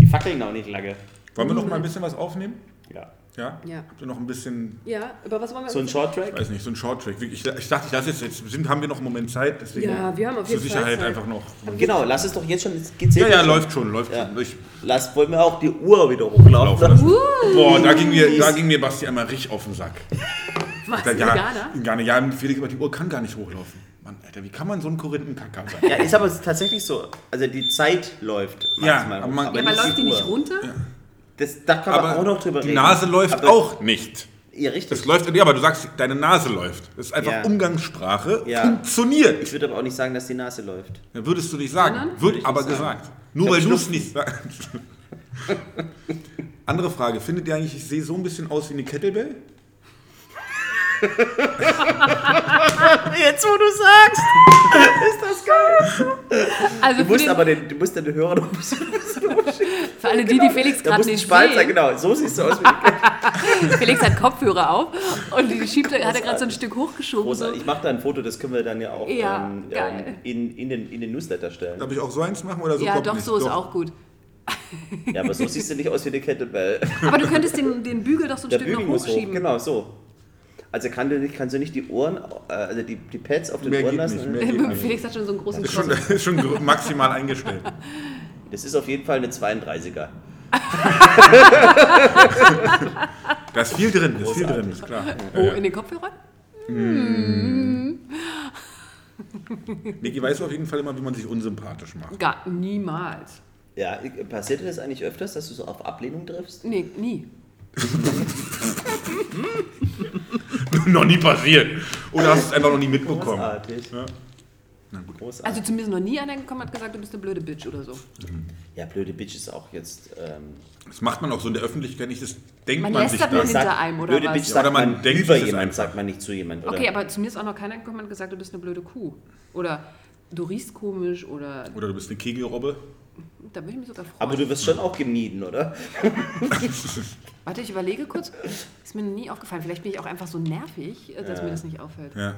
Die fackeln noch nicht lange. Wollen wir noch mal ein bisschen was aufnehmen? Ja. Ja? Mhm. Ja. Habt ihr noch ein bisschen, Ja, über was wollen wir So ein ich Shorttrack? weiß nicht, so ein Shorttrack? Ich, ich dachte, ich lasse jetzt, jetzt bestimmt haben wir noch einen Moment Zeit, deswegen Ja, wir haben auf zur jeden Fall Sicherheit Zeit. einfach noch. Genau, lass es doch jetzt schon. jetzt Geht's Ja, jetzt ja, schon. läuft schon, läuft Ja. schon. Ich Lass, wollen wir auch die Uhr wieder hochlaufen laufe lassen? das. Boah, da ging, mir, da Mies. ging mir Basti einmal richtig auf den Sack. was? Ja, Veganer? in Ghana. Ja, Felix, aber die Uhr kann gar nicht hochlaufen. Mann, Alter, wie kann man so einen Korinthenkacker sein? Ja, ist aber tatsächlich so. Also die Zeit läuft Ja, maximal aber hoch, man- Ja, aber läuft die nicht Uhr. runter? Das, da kann man Aber auch noch drüber die reden. Nase läuft Aber- auch nicht. Ja, Es richtig. läuft, ja, aber du sagst, deine Nase läuft. Das ist einfach Ja. Umgangssprache. Ja. Funktioniert. Ich würde aber auch nicht sagen, dass die Nase läuft. Ja, würdest du nicht sagen. Sondern? Wird ich aber nicht sagen. gesagt. Nur Ich weil hab du es nicht sagst. Andere Frage. Findet ihr eigentlich, ich sehe so ein bisschen aus wie eine Kettlebell? Jetzt, wo du sagst, ist das geil. Also Du für, musst den, aber den, du musst den Hörer noch ein bisschen für alle die, die Felix Da gerade muss ein nicht Spalt sein, sehen. genau. So siehst du aus wie Felix hat Kopfhörer auf und die schiebt, er- hat er gerade so ein Stück hochgeschoben. Rosa. So. Ich mache da ein Foto, das können wir dann ja auch Ja, ähm, geil. ähm, in, in, den, in den Newsletter stellen. Darf ich auch so eins machen oder so? Ja, kommt doch, nicht? so ist auch gut. Ja, aber so siehst du nicht aus wie eine Kettlebell. Aber du könntest den, den Bügel doch so ein Der Stück Bügel noch muss hoch, hochschieben. genau, so. Also kann du nicht, kannst du nicht die Ohren, äh, also die, die Pads auf den Mehr Ohren geht lassen. nicht, ne? mehr geht nicht. Felix hat schon so einen großen Ist schon, Kopf. ist schon gr- maximal eingestellt. Das ist auf jeden Fall eine 32er. Da ist viel drin, ist viel drin, ist klar. Oh, Ja, ja. in den Kopfhörern? Niki weiß auf jeden Fall immer, wie man sich unsympathisch macht. Gar niemals. Ja, passiert dir das eigentlich öfters, dass du so auf Ablehnung triffst? Nee, nie. noch nie passiert. Oder hast du es einfach noch nie mitbekommen? Großartig. Ja. Großartig. Also zumindest noch nie einer gekommen hat gesagt, du bist eine blöde Bitch oder so. Also- ja, blöde Bitch ist auch jetzt. Ähm, Das macht man auch so in der Öffentlichkeit nicht. Das denkt man, Man sich lästert nur das. Hinter einem, oder blöde was? Bitch Ja, sagt oder man man, denkt über sich das jemanden, einfach. sagt man nicht zu jemandem. Oder? Okay, aber zu mir ist auch noch keiner gekommen und hat gesagt, du bist eine blöde Kuh. Oder du riechst komisch oder Oder du bist eine Kegelrobbe. da würde ich mich sogar freuen. Aber du wirst schon auch gemieden, oder? Warte, ich überlege kurz. Ist mir noch nie aufgefallen. Vielleicht bin ich auch einfach so nervig, äh, dass mir das nicht auffällt. Ja.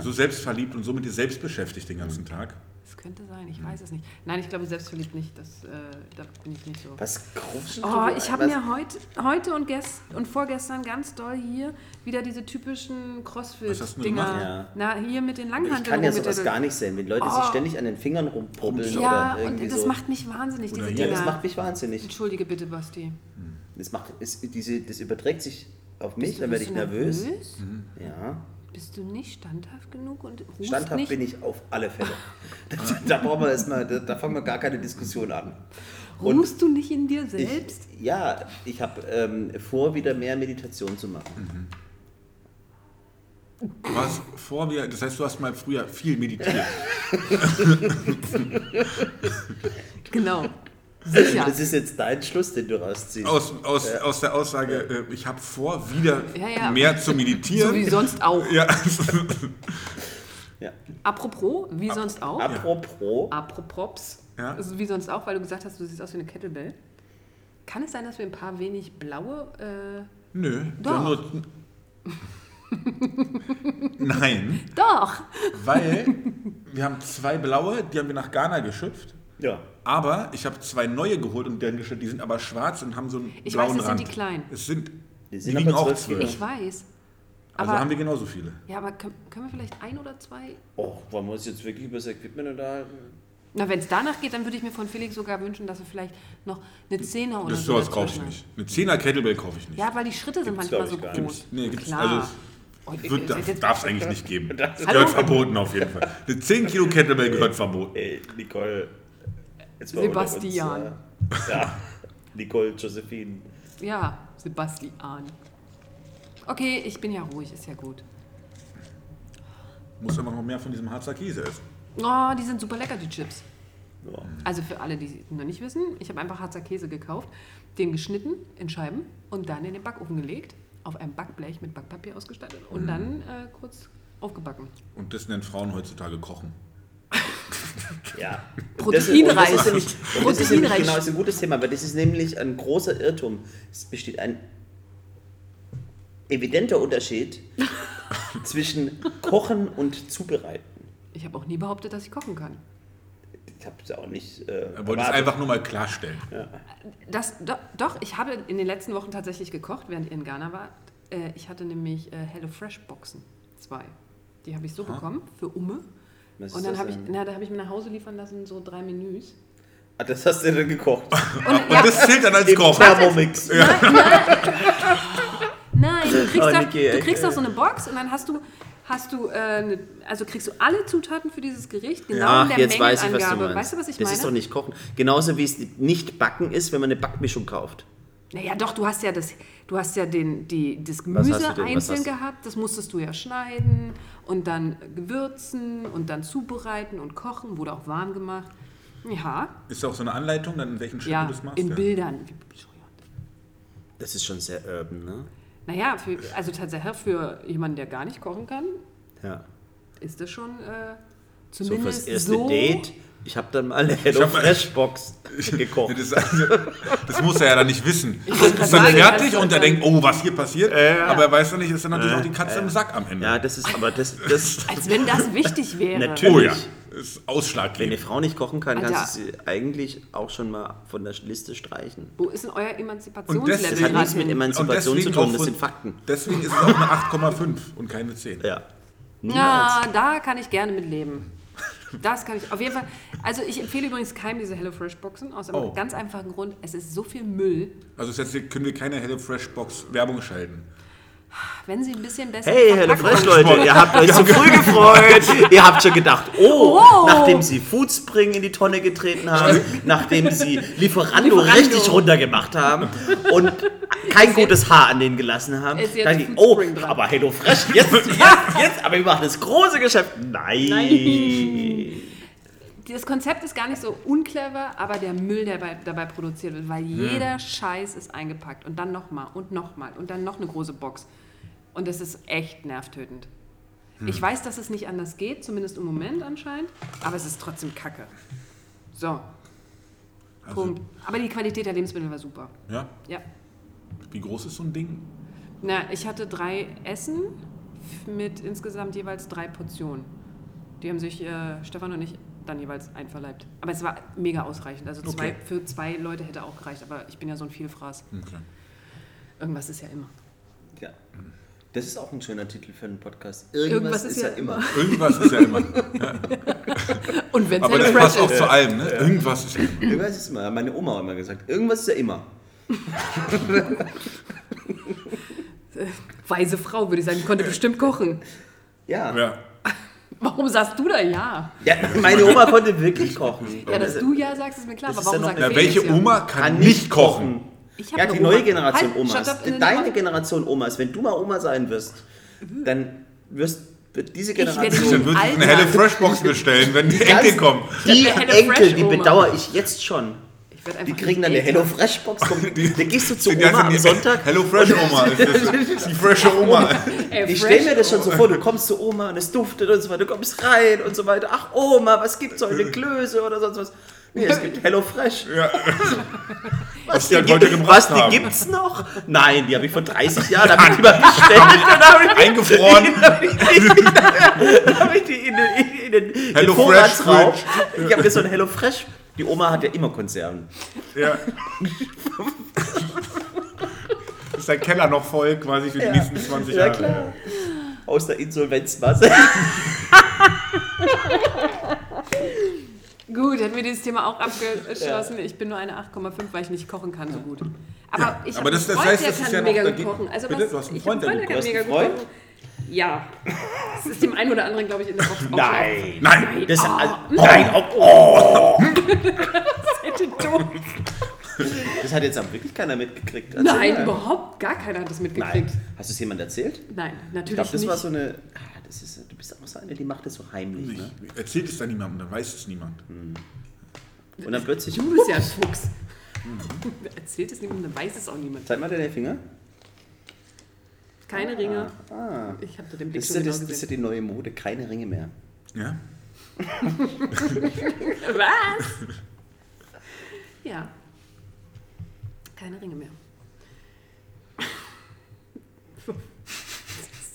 So selbstverliebt und so mit dir selbst beschäftigt den ganzen Tag. Das könnte sein, Hm. ich weiß es nicht. Nein, ich glaube, selbstverliebt nicht. Das, äh, da bin ich nicht so. Was krufst Oh, ich habe mir heute, heute und, gest und vorgestern ganz doll hier wieder diese typischen Was hast du denn gemacht? Crossfit-Dinger. Ja. Na, hier mit den Ich Langhanteln. kann ja sowas rumgetüttelt. gar nicht sehen, wenn Leute sich Oh. ständig an den Fingern rumpubbeln Ja, oder irgendwie und das so. macht mich wahnsinnig, Oder diese hier. ja, Dinger. das macht mich wahnsinnig. Entschuldige bitte, Basti. Das, macht, ist, diese, das überträgt sich auf mich, Bist du- dann werde bist ich du nervös. Mhm. Ja. Bist du nicht standhaft genug und ruhst Standhaft nicht, bin ich auf alle Fälle. Da, da brauchen wir erstmal, da, da fangen wir gar keine Diskussion an. ruhst du nicht in dir Ich, selbst? ja, ich habe ähm, vor, wieder mehr Meditation zu machen. Du warst vor mir, das heißt, du hast mal früher viel meditiert. Genau. Sicher. Das ist jetzt dein Schluss, den du rausziehst. Aus, aus, aus der Aussage, äh, ich habe vor, wieder Ja, ja. mehr zu So wie meditieren. sonst auch. ja. Ja. Apropos, wie sonst auch. Apropos, Apropops. Ja. Also wie sonst auch, weil du gesagt hast, du siehst aus wie eine Kettlebell. Kann es sein, dass wir ein paar wenig blaue. äh, Nö. wir Doch. haben Nur, Nein, Äh, doch! weil wir haben zwei blaue, die haben wir nach Ghana geschöpft. ja. Aber ich habe zwei neue geholt und deren Geschirr, die sind aber schwarz und haben so einen Ich blauen weiß, es sind Rand. die kleinen. Es sind, Die die, sind liegen aber auch zwölf zwölf. Kilo. Ich weiß. Also Aber, haben wir genauso viele. ja, aber können, können wir vielleicht ein oder zwei? Oh, wollen wir uns jetzt wirklich über das Equipment unterhalten? Na, wenn es danach geht, dann würde ich mir von Felix sogar wünschen, dass er vielleicht noch eine Zehner oder ne? Das so sowas kaufe ich dazwischen hat. nicht. Eine 10er Kettlebell kaufe ich nicht. Ja, weil die Schritte sind Gibt's, manchmal so glaub ich, gar groß. nicht. Nee, gibt's- Klar. also, Oh, ihr- ihr seid jetzt- Darf es eigentlich nicht geben. Das Das- Hallo? gehört verboten auf jeden Fall. Eine 10 Kilo Kettlebell gehört verboten. Ey, Nicole. Jetzt mal unter Sebastian. Uns, äh, ja, Nicole, Josephine. ja, Sebastian. Okay, ich bin ja ruhig, ist ja gut. Muss aber noch mehr von diesem Harzer Käse essen. Oh, die sind super lecker, die Chips. Ja. Also für alle, die es noch nicht wissen, ich habe einfach Harzer Käse gekauft, den geschnitten in Scheiben und dann in den Backofen gelegt, auf einem Backblech mit Backpapier ausgestattet und dann äh, kurz aufgebacken. Und das nennen Frauen heutzutage Kochen. Ja. Proteinreich. Das ist, und das ist nämlich, und das ist nämlich Proteinreich. genau das ist ein gutes Thema, weil das ist nämlich ein großer Irrtum. Es besteht ein evidenter Unterschied zwischen Kochen und Zubereiten. Ich habe auch nie behauptet, dass ich kochen kann. Ich habe es auch nicht. Äh, Er wollte es erwartet. einfach nur mal klarstellen. Das, do, doch, ich habe in den letzten Wochen tatsächlich gekocht, während ihr in Ghana wart. Äh, ich hatte nämlich äh, HelloFresh-Boxen, zwei. Die habe ich so bekommen, für Umme. Was Und ist dann das habe ich, denn? na, da habe ich mir nach Hause liefern lassen, so drei Menüs. Ah, das hast du dann gekocht. Und, Und das zählt dann als Im Kochen. Thermomix. Nein, du kriegst, Oh, doch, Niki, du ey. kriegst doch so eine Box und dann hast du, hast du, äh, ne, also kriegst du alle Zutaten für dieses Gericht, genau in Ach, der jetzt weiß ich, was du Mengenangabe. meinst. weißt du, was ich das meine? ist doch nicht kochen. Genauso wie es nicht backen ist, wenn man eine Backmischung kauft. Naja, doch, du hast ja das, du hast ja den, die, das Was hast Gemüse du denn? Was einzeln hast du? gehabt, das musstest du ja schneiden und dann gewürzen und dann zubereiten und kochen, wurde auch warm gemacht. Ja, Ist da auch so eine Anleitung, dann in welchen Schritten ja, du das machst? in ja. Bildern. Entschuldigung. Das ist schon sehr urban, ne? Naja, für, also tatsächlich für jemanden, der gar nicht kochen kann, Ja. ist das schon äh, So zumindest fürs erste so- Date. Ich habe dann mal eine Hello hab mal- Fresh Box Ja, gekocht. Das, also, das muss er ja dann nicht wissen. Ich wollte Ist gerade dann sagen, fertig also und er dann- denkt, oh, was hier passiert. Aber er weiß dann nicht, ist dann natürlich auch die Katze im Sack am Ende. Ja, das ist aber das, das Als wenn das wichtig wäre. natürlich. oh ja, ist Wenn eine ausschlaggebend. Frau nicht kochen kann, Alter. kannst du sie eigentlich auch schon mal von der Liste streichen. Wo ist denn euer Und das- Das Emanzipationslevel hat Gerade nichts gerade mit hin? Emanzipation zu deswegen tun, auch das von- sind Fakten. Deswegen ist es auch eine 8,5 und keine 10. Ja. Ja, da kann ich gerne mit leben. Das kann ich auf jeden Fall. Also ich empfehle übrigens keinem diese HelloFresh Boxen aus einem Oh. ganz einfachen Grund. Es ist so viel Müll. Also ist jetzt können wir keine helle Freshbox Werbung schalten. Wenn sie ein bisschen besser Hey, verpackt Hello Fresh, sind- Leute, ihr habt euch zu früh gefreut. ihr habt schon gedacht, oh, Wow. nachdem sie Foodspring in die Tonne getreten haben, nachdem sie Lieferando, Lieferando. richtig runtergemacht haben und kein gutes Haar an denen gelassen haben, Ist jetzt dann ging, oh, Foodspring dran. aber Hello Fresh, jetzt, jetzt, jetzt, aber wir machen das große Geschäft. Nein. Das Konzept ist gar nicht so unclever, aber der Müll, der bei, dabei produziert wird, weil jeder Scheiß ist eingepackt und dann nochmal und nochmal und dann noch eine große Box. Und das ist echt nervtötend. Ich weiß, dass es nicht anders geht, zumindest im Moment anscheinend, aber es ist trotzdem Kacke. So, Also, Punkt. Aber die Qualität der Lebensmittel war super. Ja, Ja. wie groß ist so ein Ding? Na, ich hatte drei Essen f- mit insgesamt jeweils drei Portionen. Die haben sich äh, Stefan und ich dann jeweils einverleibt. Aber es war mega ausreichend. Also zwei, Okay. für zwei Leute hätte auch gereicht. Aber ich bin ja so ein Vielfraß. Okay. Irgendwas ist ja immer. Ja. Das ist auch ein schöner Titel für einen Podcast. Irgendwas ist ja Irgendwas ist ja immer. Und wenn es Aber das HelloFresh passt auch ist. zu allem, ne? Irgendwas ist ja immer. Irgendwas ist immer. Meine Oma hat immer gesagt, irgendwas ist ja immer. Weise Frau, würde ich sagen. Die konnte bestimmt kochen. Ja. Ja, Ja. Warum sagst du da ja? meine Oma konnte wirklich kochen. Ja, dass du ja sagst, ist mir klar. Das Aber ist warum ja noch- sagt ja Felix welche ja? Oma kann nicht kochen? Ich hab Um- Ja, eine die Oma. neue Generation Halt, Omas. Äh, shut up, in Deine Oma- Generation Omas. Wenn du mal Oma sein wirst, dann wirst wird diese Mhm. werde Generation. Dann würde ich eine Alter. helle Freshbox bestellen, wenn die Enkel ganzen- kommen. Die Eine Hello Enkel, Fresh die Oma. bedauere ich jetzt schon. Ich werd Die einfach kriegen dann eine nicht Hello Fresh Box. Dann gehst du zu Die ganze- Oma am Sonntag. Hello Fresh Oma. ist das. Die frische Oma. älter. Ey, Ich stelle fresh. mir das schon so vor, du kommst zu Oma und es duftet und so weiter, du kommst rein und so weiter. Ach Oma, was gibt's heute? Klöße oder sonst was? Nee, es gibt Hello Fresh. Was die halt Die heute gibt- Was, gebracht die haben. gibt's noch? Nein, die habe ich vor 30 Jahren hab ich die mal bestellt. Dann habe ich, Eingefroren. hab ich, die- hab ich die in den, in den, in den Hello Vorratsraum. Ich habe mir so ein Hello Fresh. Die Oma hat ja immer Konserven. Ja. Ist der Keller noch voll quasi für die nächsten 20 Ja, Jahre? klar. Aus der Insolvenzmasse. Gut, hätten wir dieses Thema auch abgeschlossen. Ich bin nur eine 8,5, weil ich nicht kochen kann so gut. Aber ich aber habe das- das einen Freund, heißt, der das ist kann ja noch- mega da gut geht- kochen. Also Bitte? was, Du hast einen ich Freund, hab der einen Freund, gut- der kann du mega hast gut kochen. Ja. Das ist dem einen oder anderen, glaube ich, in der Box auch Nein. Nein! Das, also, oh. nein, oh, oh. Nein. Das hat jetzt aber wirklich keiner mitgekriegt. Erzähl Nein, mal. überhaupt gar keiner hat das Nein. mitgekriegt. Hast du es jemand erzählt? Nein, natürlich Ich glaube, das nicht. war so eine. Ah, das ist, du bist auch so eine, die macht das so heimlich. Ne? Erzählt es dann niemandem, dann weiß es niemand. Und dann plötzlich. du bist ja ein Fuchs. Erzählt es niemandem, dann weiß es auch niemand. Zeig mal deine Finger. Keine Ringe. Ich hatte den Blick Das ist, schon ja genau das, das ist ja die gesehen. neue Mode, keine Ringe mehr. Ja? Was? ja. Keine Ringe mehr. das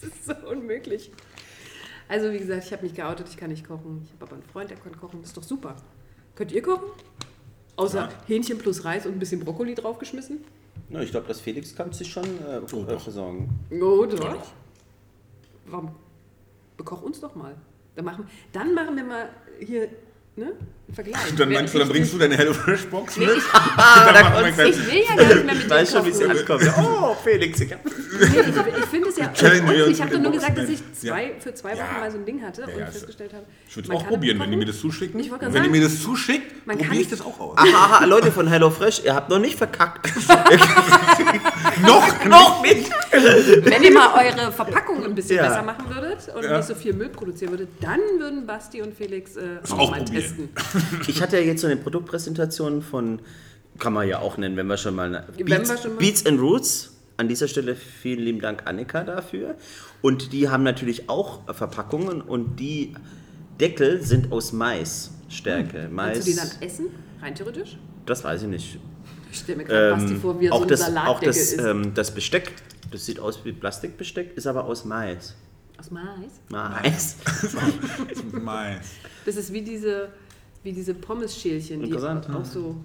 ist so unmöglich. Also wie gesagt, ich habe mich geoutet, ich kann nicht kochen. Ich habe aber einen Freund, der kann kochen. Das ist doch super. Könnt ihr kochen? Außer Ja. Hähnchen plus Reis und ein bisschen Brokkoli draufgeschmissen? Na, ich glaube, das Felix kann sich schon äh, Oh, äh, doch. versorgen. Oh, doch. Ja, doch. Warum? Bekoch uns doch mal. Dann machen, dann machen wir mal hier ne, einen Vergleich. Und dann Wer- meinst du, dann ich- bringst du deine HelloFresh-Box Nee, mit? ich, Ah, dann machen wir ich will ja gar nicht mehr mit dir Weiß schon, wie es kochen. ankommt. Oh, Felix, ich hab Nee, ich, ich finde es ja. Challenge Und uns ich mit habe doch den nur gesagt, dass Boxen, ich ne? zwei, für zwei Wochen Ja. mal so ein Ding hatte Ja, und ja, ist- festgestellt habe. Ich würde man es auch kann damit probieren, wenn ihr mir kochen. das zuschicken. Ich wollte wenn gerade ihr sagen, mir das zuschickt, man kann probiere ich nicht- das auch aus. Aha, aha, Leute von HelloFresh, ihr habt noch nicht verkackt. Noch? noch nicht. Wenn ihr mal eure Verpackung ein bisschen Ja. besser machen würdet und Ja. nicht so viel Müll produzieren würdet, dann würden Basti und Felix äh, auch, auch mal probieren. testen. Ich hatte ja jetzt so eine Produktpräsentation von, kann man ja auch nennen, wenn wir schon mal, eine, Wenn Beats, wir schon mal- Beats and Roots. An dieser Stelle vielen lieben Dank Annika dafür. Und die haben natürlich auch Verpackungen und die Deckel sind aus Hm. Maisstärke. Kannst Mais, du die dann essen? Rein theoretisch? das weiß ich nicht. Ich stelle mir gerade Ähm, Basti vor, wie er auch so ein das, auch Salatdeckel das, ist. ähm, das Besteck, das sieht aus wie Plastikbesteck, ist aber aus Mais. Aus Mais. Mais. Mein. Das ist wie diese, wie diese Pommes-Schälchen, die Interessant. ne? auch so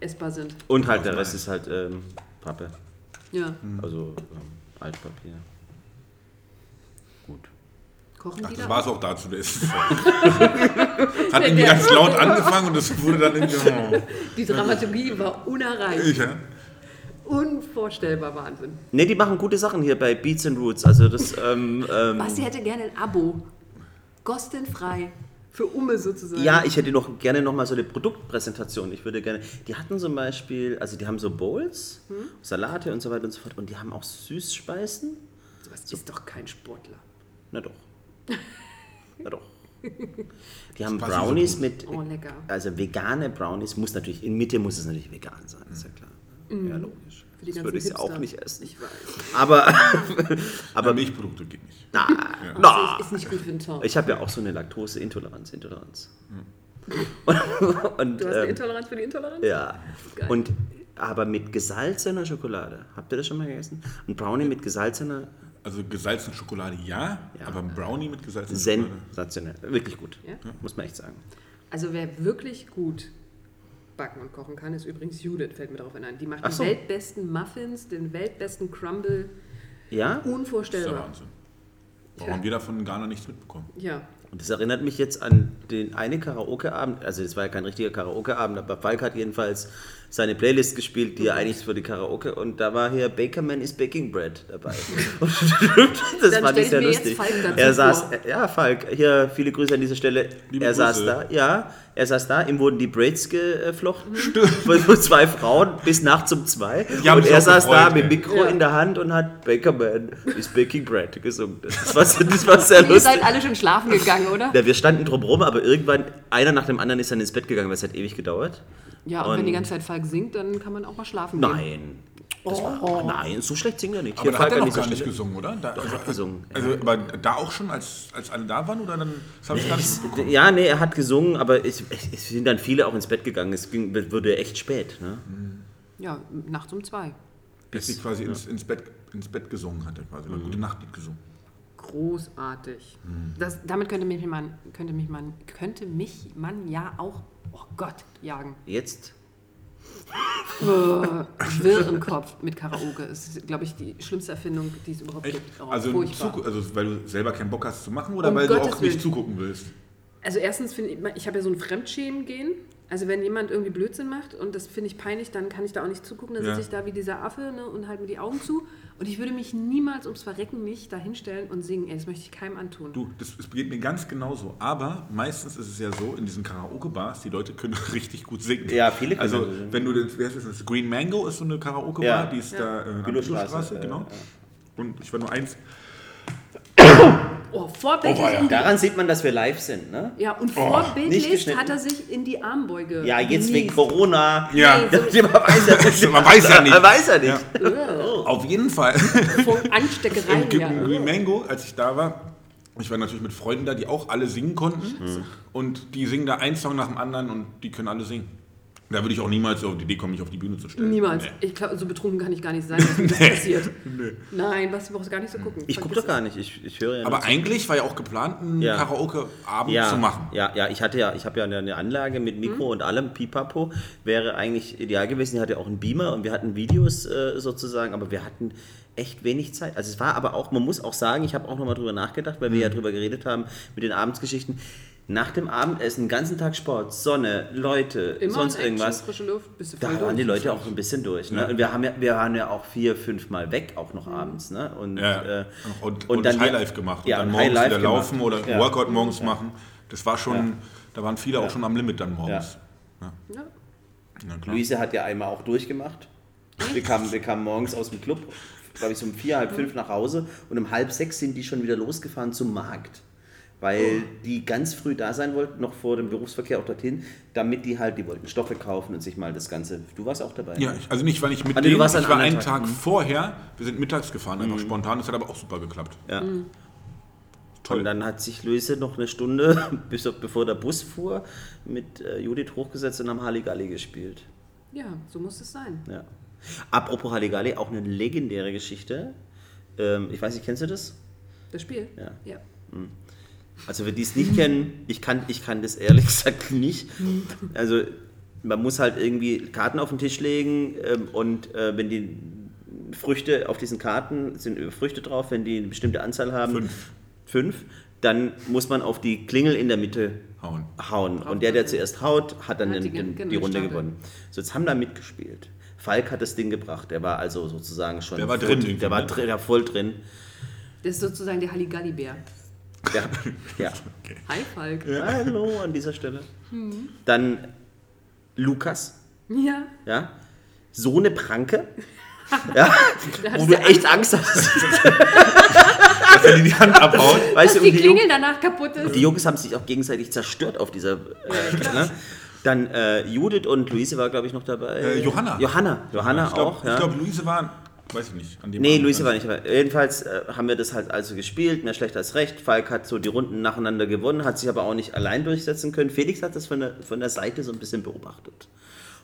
essbar sind. Und halt der Mais. Rest ist halt ähm, Pappe. Ja. Also ähm, Altpapier. Gut. Kochen Ach, die das da? war es auch? auch dazu. Der ist Hat irgendwie ganz laut angefangen und das wurde dann irgendwie. oh, Die Dramaturgie war unerreicht. Ich, ja? Unvorstellbar Wahnsinn. Ne, die machen gute Sachen hier bei Beats and Roots. Also das, ähm, ähm, Basti hätte gerne ein Abo. Kostenfrei. Für Umme sozusagen. ja, ich hätte noch gerne nochmal so eine Produktpräsentation. Ich würde gerne, die hatten zum Beispiel, also die haben so Bowls, Salate und so weiter und so fort. Und die haben auch Süßspeisen. Sowas ist doch kein Sportler. Na doch. Na doch. Die haben passt nicht so Brownies gut. mit, Oh, lecker. also vegane Brownies, muss natürlich, in Mitte muss es natürlich vegan sein, ist ja klar. Mhm. Ja, logisch. Für die das ganzen würde ich ja auch Hipster. nicht essen. Ich weiß. Aber, Aber aber, Äh, Milchprodukte geht nicht. na, Also na. ist nicht gut für den Ton. Ich habe ja auch so eine Laktoseintoleranz, Intoleranz. Und, und du hast eine ähm, Intoleranz für die Intoleranz? ja. Geil. Und aber mit gesalzener Schokolade. Habt ihr das schon mal gegessen? Ein Brownie mit gesalzener Also gesalzene Schokolade ja, Ja. aber ein Brownie mit gesalzener Schokolade. sensationell. Wirklich gut. Ja? Muss man echt sagen. Also wer wirklich gut backen und kochen kann, ist übrigens Judith, fällt mir darauf ein. Die macht Ach die so. weltbesten Muffins, den weltbesten Crumble. Ja? Das ist ja Unvorstellbar. Wahnsinn. Warum haben wir davon in Ghana nichts mitbekommen? Ja. Und das erinnert mich jetzt an den einen Karaoke-Abend, also das war ja kein richtiger Karaoke-Abend, aber Falk hat jedenfalls seine Playlist gespielt, Oh die er eigentlich für die Karaoke und da war hier Bakerman is Baking Bread dabei. Und das Dann stell fand ich ich sehr mir jetzt lustig. Falk dazu er saß, vor. ja Falk, hier viele Grüße an dieser Stelle. Liebe er saß Grüße. da, ja, er saß da, ihm wurden die Braids Mhm. geflochten von so zwei Frauen bis nachts um zwei Die haben und sich er auch saß da gefreut, mit ey. Mikro Ja. in der Hand und hat Bakerman is Baking Bread gesungen. Das war, so- das war sehr Ihr lustig. seid alle schon schlafen gegangen, oder? Ja, wir standen drum rum, aber irgendwann, einer nach dem anderen ist dann ins Bett gegangen, weil es hat ewig gedauert. Ja, und, wenn Und- die ganze Zeit Falk singt, dann kann man auch mal schlafen gehen. Nein. Das war, oh, nein, so schlecht singt er nicht. Aber da Falk hat er an noch dieser gar nicht Stelle. gesungen, oder? Da, also, hat gesungen, Also, aber da auch schon, als, als alle da waren, oder dann? Das habe ich gar nicht mitbekommen. Ja, nee, er hat gesungen, aber es, es sind dann viele auch ins Bett gegangen. Es ging, wurde echt spät. Ne? Ja, nachts um zwei. Bis sie quasi ins, ins, Bett, ins Bett gesungen hatte, quasi. Mhm. Gute Nachtlied gesungen. Großartig. Hm. Das, damit könnte mich, man, könnte, mich man, könnte mich man ja auch, oh Gott, jagen. Jetzt? Äh, Wirr im Kopf mit Karaoke. ist, glaube ich, die schlimmste Erfindung, die es überhaupt Echt? gibt. Oh, Also, furchtbar. zugu- also, weil du selber keinen Bock hast zu machen oder Um weil du Gottes auch nicht Willen. zugucken willst? Also erstens finde ich, ich habe ja so ein Fremdschämen gehen. Also wenn jemand irgendwie Blödsinn macht und das finde ich peinlich, dann kann ich da auch nicht zugucken. Dann Ja. sitze ich da wie dieser Affe ne, und halte mir die Augen zu. Und ich würde mich niemals ums Verrecken nicht dahinstellen und singen. Ey, das möchte ich keinem antun. Du, das, das geht mir ganz genauso. Aber meistens ist es ja so, in diesen Karaoke-Bars, die Leute können richtig gut singen. Ja, viele können Also, singen. wenn du den, wer ist das? das? Green Mango ist so eine Karaoke-Bar, Ja. die ist Ja. da äh, an der Bülowstraße, Bülowstraße, äh, genau. Und ich war nur eins. Oh, vorbildlich. Oh, ja. in die, Daran sieht man, dass wir live sind. Ne? ja, und nicht vorbildlich geschnitten. hat er sich in die Armbeuge Ja, jetzt wegen genießt. Corona. Ja. Nee, so, Man weiß ja nicht. Man weiß ja Man nicht. weiß ja nicht. Auf jeden Fall. von Im Äh, Ansteckereien Gü- ja. im Green Mango, als ich da war, ich war natürlich mit Freunden Mhm. da, die auch alle singen konnten. Und die singen da einen Song nach dem anderen und die können alle singen. Und Da würde ich auch niemals auf die Idee kommen, mich auf die Bühne zu stellen. Niemals. Nee. Ich glaube, so betrunken kann ich gar nicht sein, dass mir das Nee. passiert. Nö. Nein, was brauchst du gar nicht so gucken. Ich gucke Vergiss doch gar nicht, ich, ich höre ja Aber nicht. eigentlich war ja auch geplant, einen Ja. Karaoke-Abend ja, zu machen. Mhm. Ja, ja, ich hatte ja, ich habe ja eine- eine Anlage mit Mikro und allem, Pipapo, wäre eigentlich ideal gewesen. Ich hatte auch einen Beamer und wir hatten Videos äh, sozusagen, aber wir hatten echt wenig Zeit. Also es war aber auch, man muss auch sagen, ich habe auch nochmal drüber nachgedacht, weil wir Mhm. ja drüber geredet haben mit den Abendsgeschichten. Nach dem Abendessen, den ganzen Tag Sport, Sonne, Leute, Immer sonst Action, irgendwas. frische Luft, bist du voll Da waren die durch. Leute auch ein bisschen durch. Ne? Ja. Mhm. Und wir, haben ja, wir waren ja auch vier, fünf Mal weg, auch noch abends. Ne? Und, Ja. äh, und, und, und dann- Highlife gemacht. ja, und dann und morgens wieder Highlife gemacht. laufen oder einen Ja. Workout morgens machen. Das war schon, da waren viele auch schon am Limit dann morgens. Ja. Ja. Na klar. Luise hat ja einmal auch durchgemacht. Wir kamen, wir kamen morgens aus dem Club, glaube ich, so um vier, halb Mhm. fünf nach Hause und um halb sechs sind die schon wieder losgefahren zum Markt. Weil Oh. die ganz früh da sein wollten, noch vor dem Berufsverkehr auch dorthin, damit die halt, die wollten Stoffe kaufen und sich mal das Ganze. Du warst auch dabei. Ja, ich, also nicht, weil ich mit Ah, nee, du denen, warst ich an war anderen einen Tag, Tagen. Mhm. vorher, wir sind mittags gefahren, einfach spontan, das hat aber auch super geklappt. Ja. Toll. Und dann hat sich Luise noch eine Stunde, bis, bevor der Bus fuhr, mit äh, Judith hochgesetzt und haben Halligalli gespielt. ja, so muss es sein. Ja. Apropos Halligalli, auch eine legendäre Geschichte. Ähm, ich weiß nicht, kennst du das? Das Spiel. Ja. ja. Also wenn die es nicht kennen, ich kann, ich kann das ehrlich gesagt nicht. Also man muss halt irgendwie Karten auf den Tisch legen ähm, und äh, wenn die Früchte auf diesen Karten sind Früchte drauf, wenn die eine bestimmte Anzahl haben, Fünf. fünf dann muss man auf die Klingel in der Mitte Hauen. hauen. Und der, der zuerst haut, hat dann Hat die den, den, gen- genau, die Runde gestapelt. gewonnen. So, jetzt haben da mitgespielt. Falk hat das Ding gebracht. Der war also sozusagen schon. Der war voll- drin irgendwie, Der war ne? drin, der war voll drin. Das ist sozusagen der Halligalli-Bär. Der, ja. Hi, Falk. Hallo an dieser Stelle. Dann Lukas, Ja. ja. So eine Pranke. ja, wo du ja echt Angst hast. Dass er dir die Hand abhaut. weißt Dass die du, und die, Jungs, Klingel danach kaputt ist. die Jungs haben sich auch gegenseitig zerstört auf dieser. Äh, ne? Dann äh, Judith und Luise war, glaube ich, noch dabei. Äh, Johanna. Johanna. Johanna ich glaube, auch. Ja. glaub, Luise war, weiß ich nicht. An dem Nee, Abend Luise dann. war nicht dabei. Jedenfalls äh, haben wir das halt also gespielt, mehr schlecht als recht. Falk hat so die Runden nacheinander gewonnen, hat sich aber auch nicht allein durchsetzen können. Felix hat das von der, von der Seite so ein bisschen beobachtet.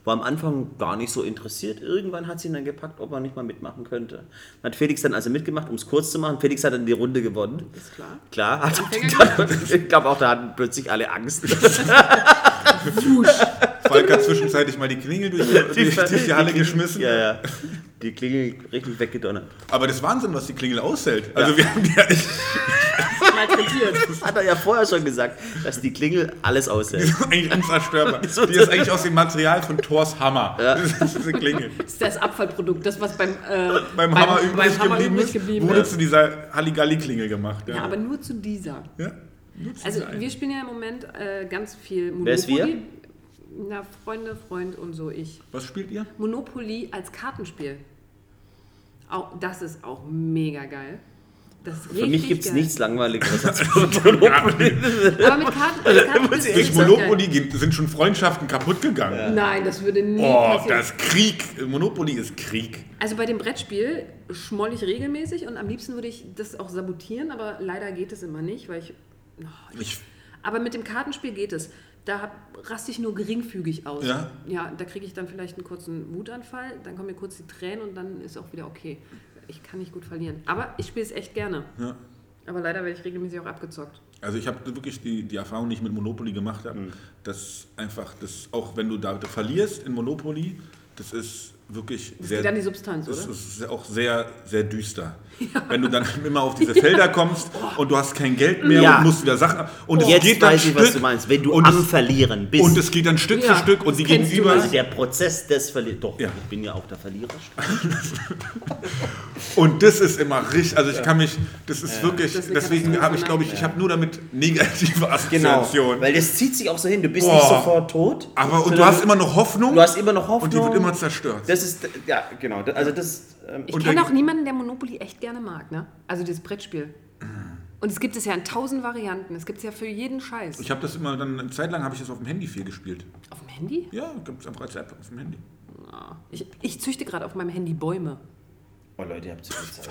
War am Anfang gar nicht so interessiert. Irgendwann hat sie ihn dann gepackt, ob er nicht mal mitmachen könnte. Hat Felix dann also mitgemacht, um es kurz zu machen. Felix hat dann die Runde gewonnen. Ist klar. Klar, hat ich glaube auch, da hatten plötzlich alle Angst. Falk hat zwischenzeitlich mal die Klingel durch die, durch die, Halle geschmissen. Ja, ja. äh, Die Klingel richtig weggedonnert. Aber das ist Wahnsinn, was die Klingel aushält. Also wir haben die ja echt Malträtiert. Das hat er ja vorher schon gesagt, dass die Klingel alles aushält. also eigentlich unzerstörbar. Die So- ist eigentlich aus dem Material von Thors Hammer. Das ist diese Klingel. Das ist das Abfallprodukt, das, was beim, äh, Beim Hammer übrig beim Hammer geblieben übrig ist, geblieben wurde ist. zu dieser Halligalli-Klingel gemacht. Ja, aber nur zu dieser. Ja, nur zu Also dieser einen. wir spielen ja im Moment äh, ganz viel Monopoly. Wer ist Na, Freunde, Freund und so ich. Was spielt ihr? Monopoly als Kartenspiel. Auch, das ist auch mega geil. Das ist Für mich gibt gibt's es nichts Langweiligeres als Aber mit Karten, mit Karten ist Durch richtig Monopoly geil. gehen- sind schon Freundschaften kaputt gegangen. Nein, das würde nie Oh, passieren. das ist Krieg. Monopoly ist Krieg. Also bei dem Brettspiel schmoll ich regelmäßig und am liebsten würde ich das auch sabotieren, aber leider geht es immer nicht, weil ich. Oh, Ich, aber mit dem Kartenspiel geht es. Da hab- raste ich nur geringfügig aus. Ja? ja da kriege ich dann vielleicht einen kurzen Wutanfall, dann kommen mir kurz die Tränen und dann ist auch wieder okay. Ich kann nicht gut verlieren. Aber ich spiele es echt gerne. ja. Aber leider werde ich regelmäßig auch abgezockt. Also ich habe wirklich die, die Erfahrung, die ich mit Monopoly gemacht habe, Mhm. dass einfach das, auch wenn du da verlierst in Monopoly, das ist wirklich Das sehr. geht an die Substanz, das oder? ist auch sehr, sehr düster. Wenn du dann immer auf diese Felder kommst und du hast kein Geld mehr Ja. und musst wieder Sachen. Und es Jetzt geht dann weiß ich, Stück was du meinst. Wenn du und am es, Verlieren bist, und es geht dann Stück Ja, für Stück und die das kennst du gegenüber. nicht. also der Prozess des Verlierens. Doch, Ja. ich bin ja auch der Verlierer. Und das ist immer richtig, also ich kann mich, das ist wirklich, Das ist eine deswegen Katastrophe, ne? habe ich, glaube ich, ich habe nur damit negative Assoziationen. Genau. Weil das zieht sich auch so hin. Du bist Boah. nicht sofort tot. Aber und du sondern hast immer noch Hoffnung du hast immer noch Hoffnung. und die wird immer zerstört. Das ist, ja, genau. Das- Also das, ähm, Ich Und kenne dann- auch niemanden, der Monopoly echt gerne mag, ne? Also das Brettspiel. Und es gibt es ja in tausend Varianten. Es gibt es ja für jeden Scheiß. Ich habe das immer dann, eine Zeit lang habe ich das auf dem Handy viel gespielt. Auf dem Handy? Ja, gibt es einfach als App auf dem Handy. Ich, ich züchte gerade auf meinem Handy Bäume. oh Leute, ihr habt zu viel Zeit.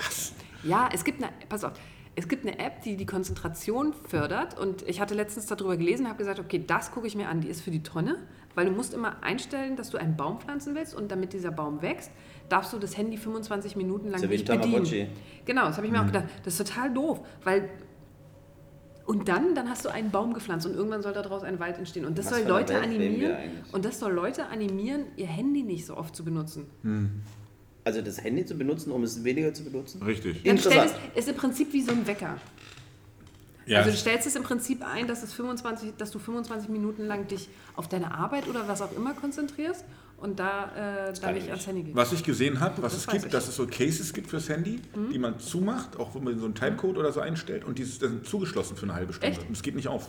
Ja, es gibt eine, pass auf, es gibt eine App, die die Konzentration fördert. Und ich hatte letztens darüber gelesen und habe gesagt, okay, das gucke ich mir an. Die ist für die Tonne, weil Weil du musst immer einstellen, dass du einen Baum pflanzen willst und damit dieser Baum wächst, darfst du das Handy 25 Minuten lang Ist ja wie nicht ein Tamagotchi. Mhm. bedienen. Genau, das habe ich mir auch gedacht. Das ist total doof, weil und dann, dann hast du einen Baum gepflanzt und irgendwann soll daraus ein Wald entstehen. Und das Was soll für eine Leute Welt leben wir animieren. eigentlich? Und das soll Leute animieren, ihr Handy nicht so oft zu benutzen. Also das Handy zu benutzen, um es weniger zu benutzen? Richtig. Dann stellt es, Interessant. ist im Prinzip wie so ein Wecker. Ja, Also du stellst es im Prinzip ein, dass, es 25, dass du 25 Minuten lang dich auf deine Arbeit oder was auch immer konzentrierst und da äh, kann dadurch ich ans Handy gehst. was ich gesehen habe, was Das es weiß gibt, ich. Mhm. dass es so Cases gibt fürs Handy, die man zumacht, auch wenn man so einen Timecode oder so einstellt und die sind zugeschlossen für eine halbe Stunde. Echt? Und es geht nicht auf.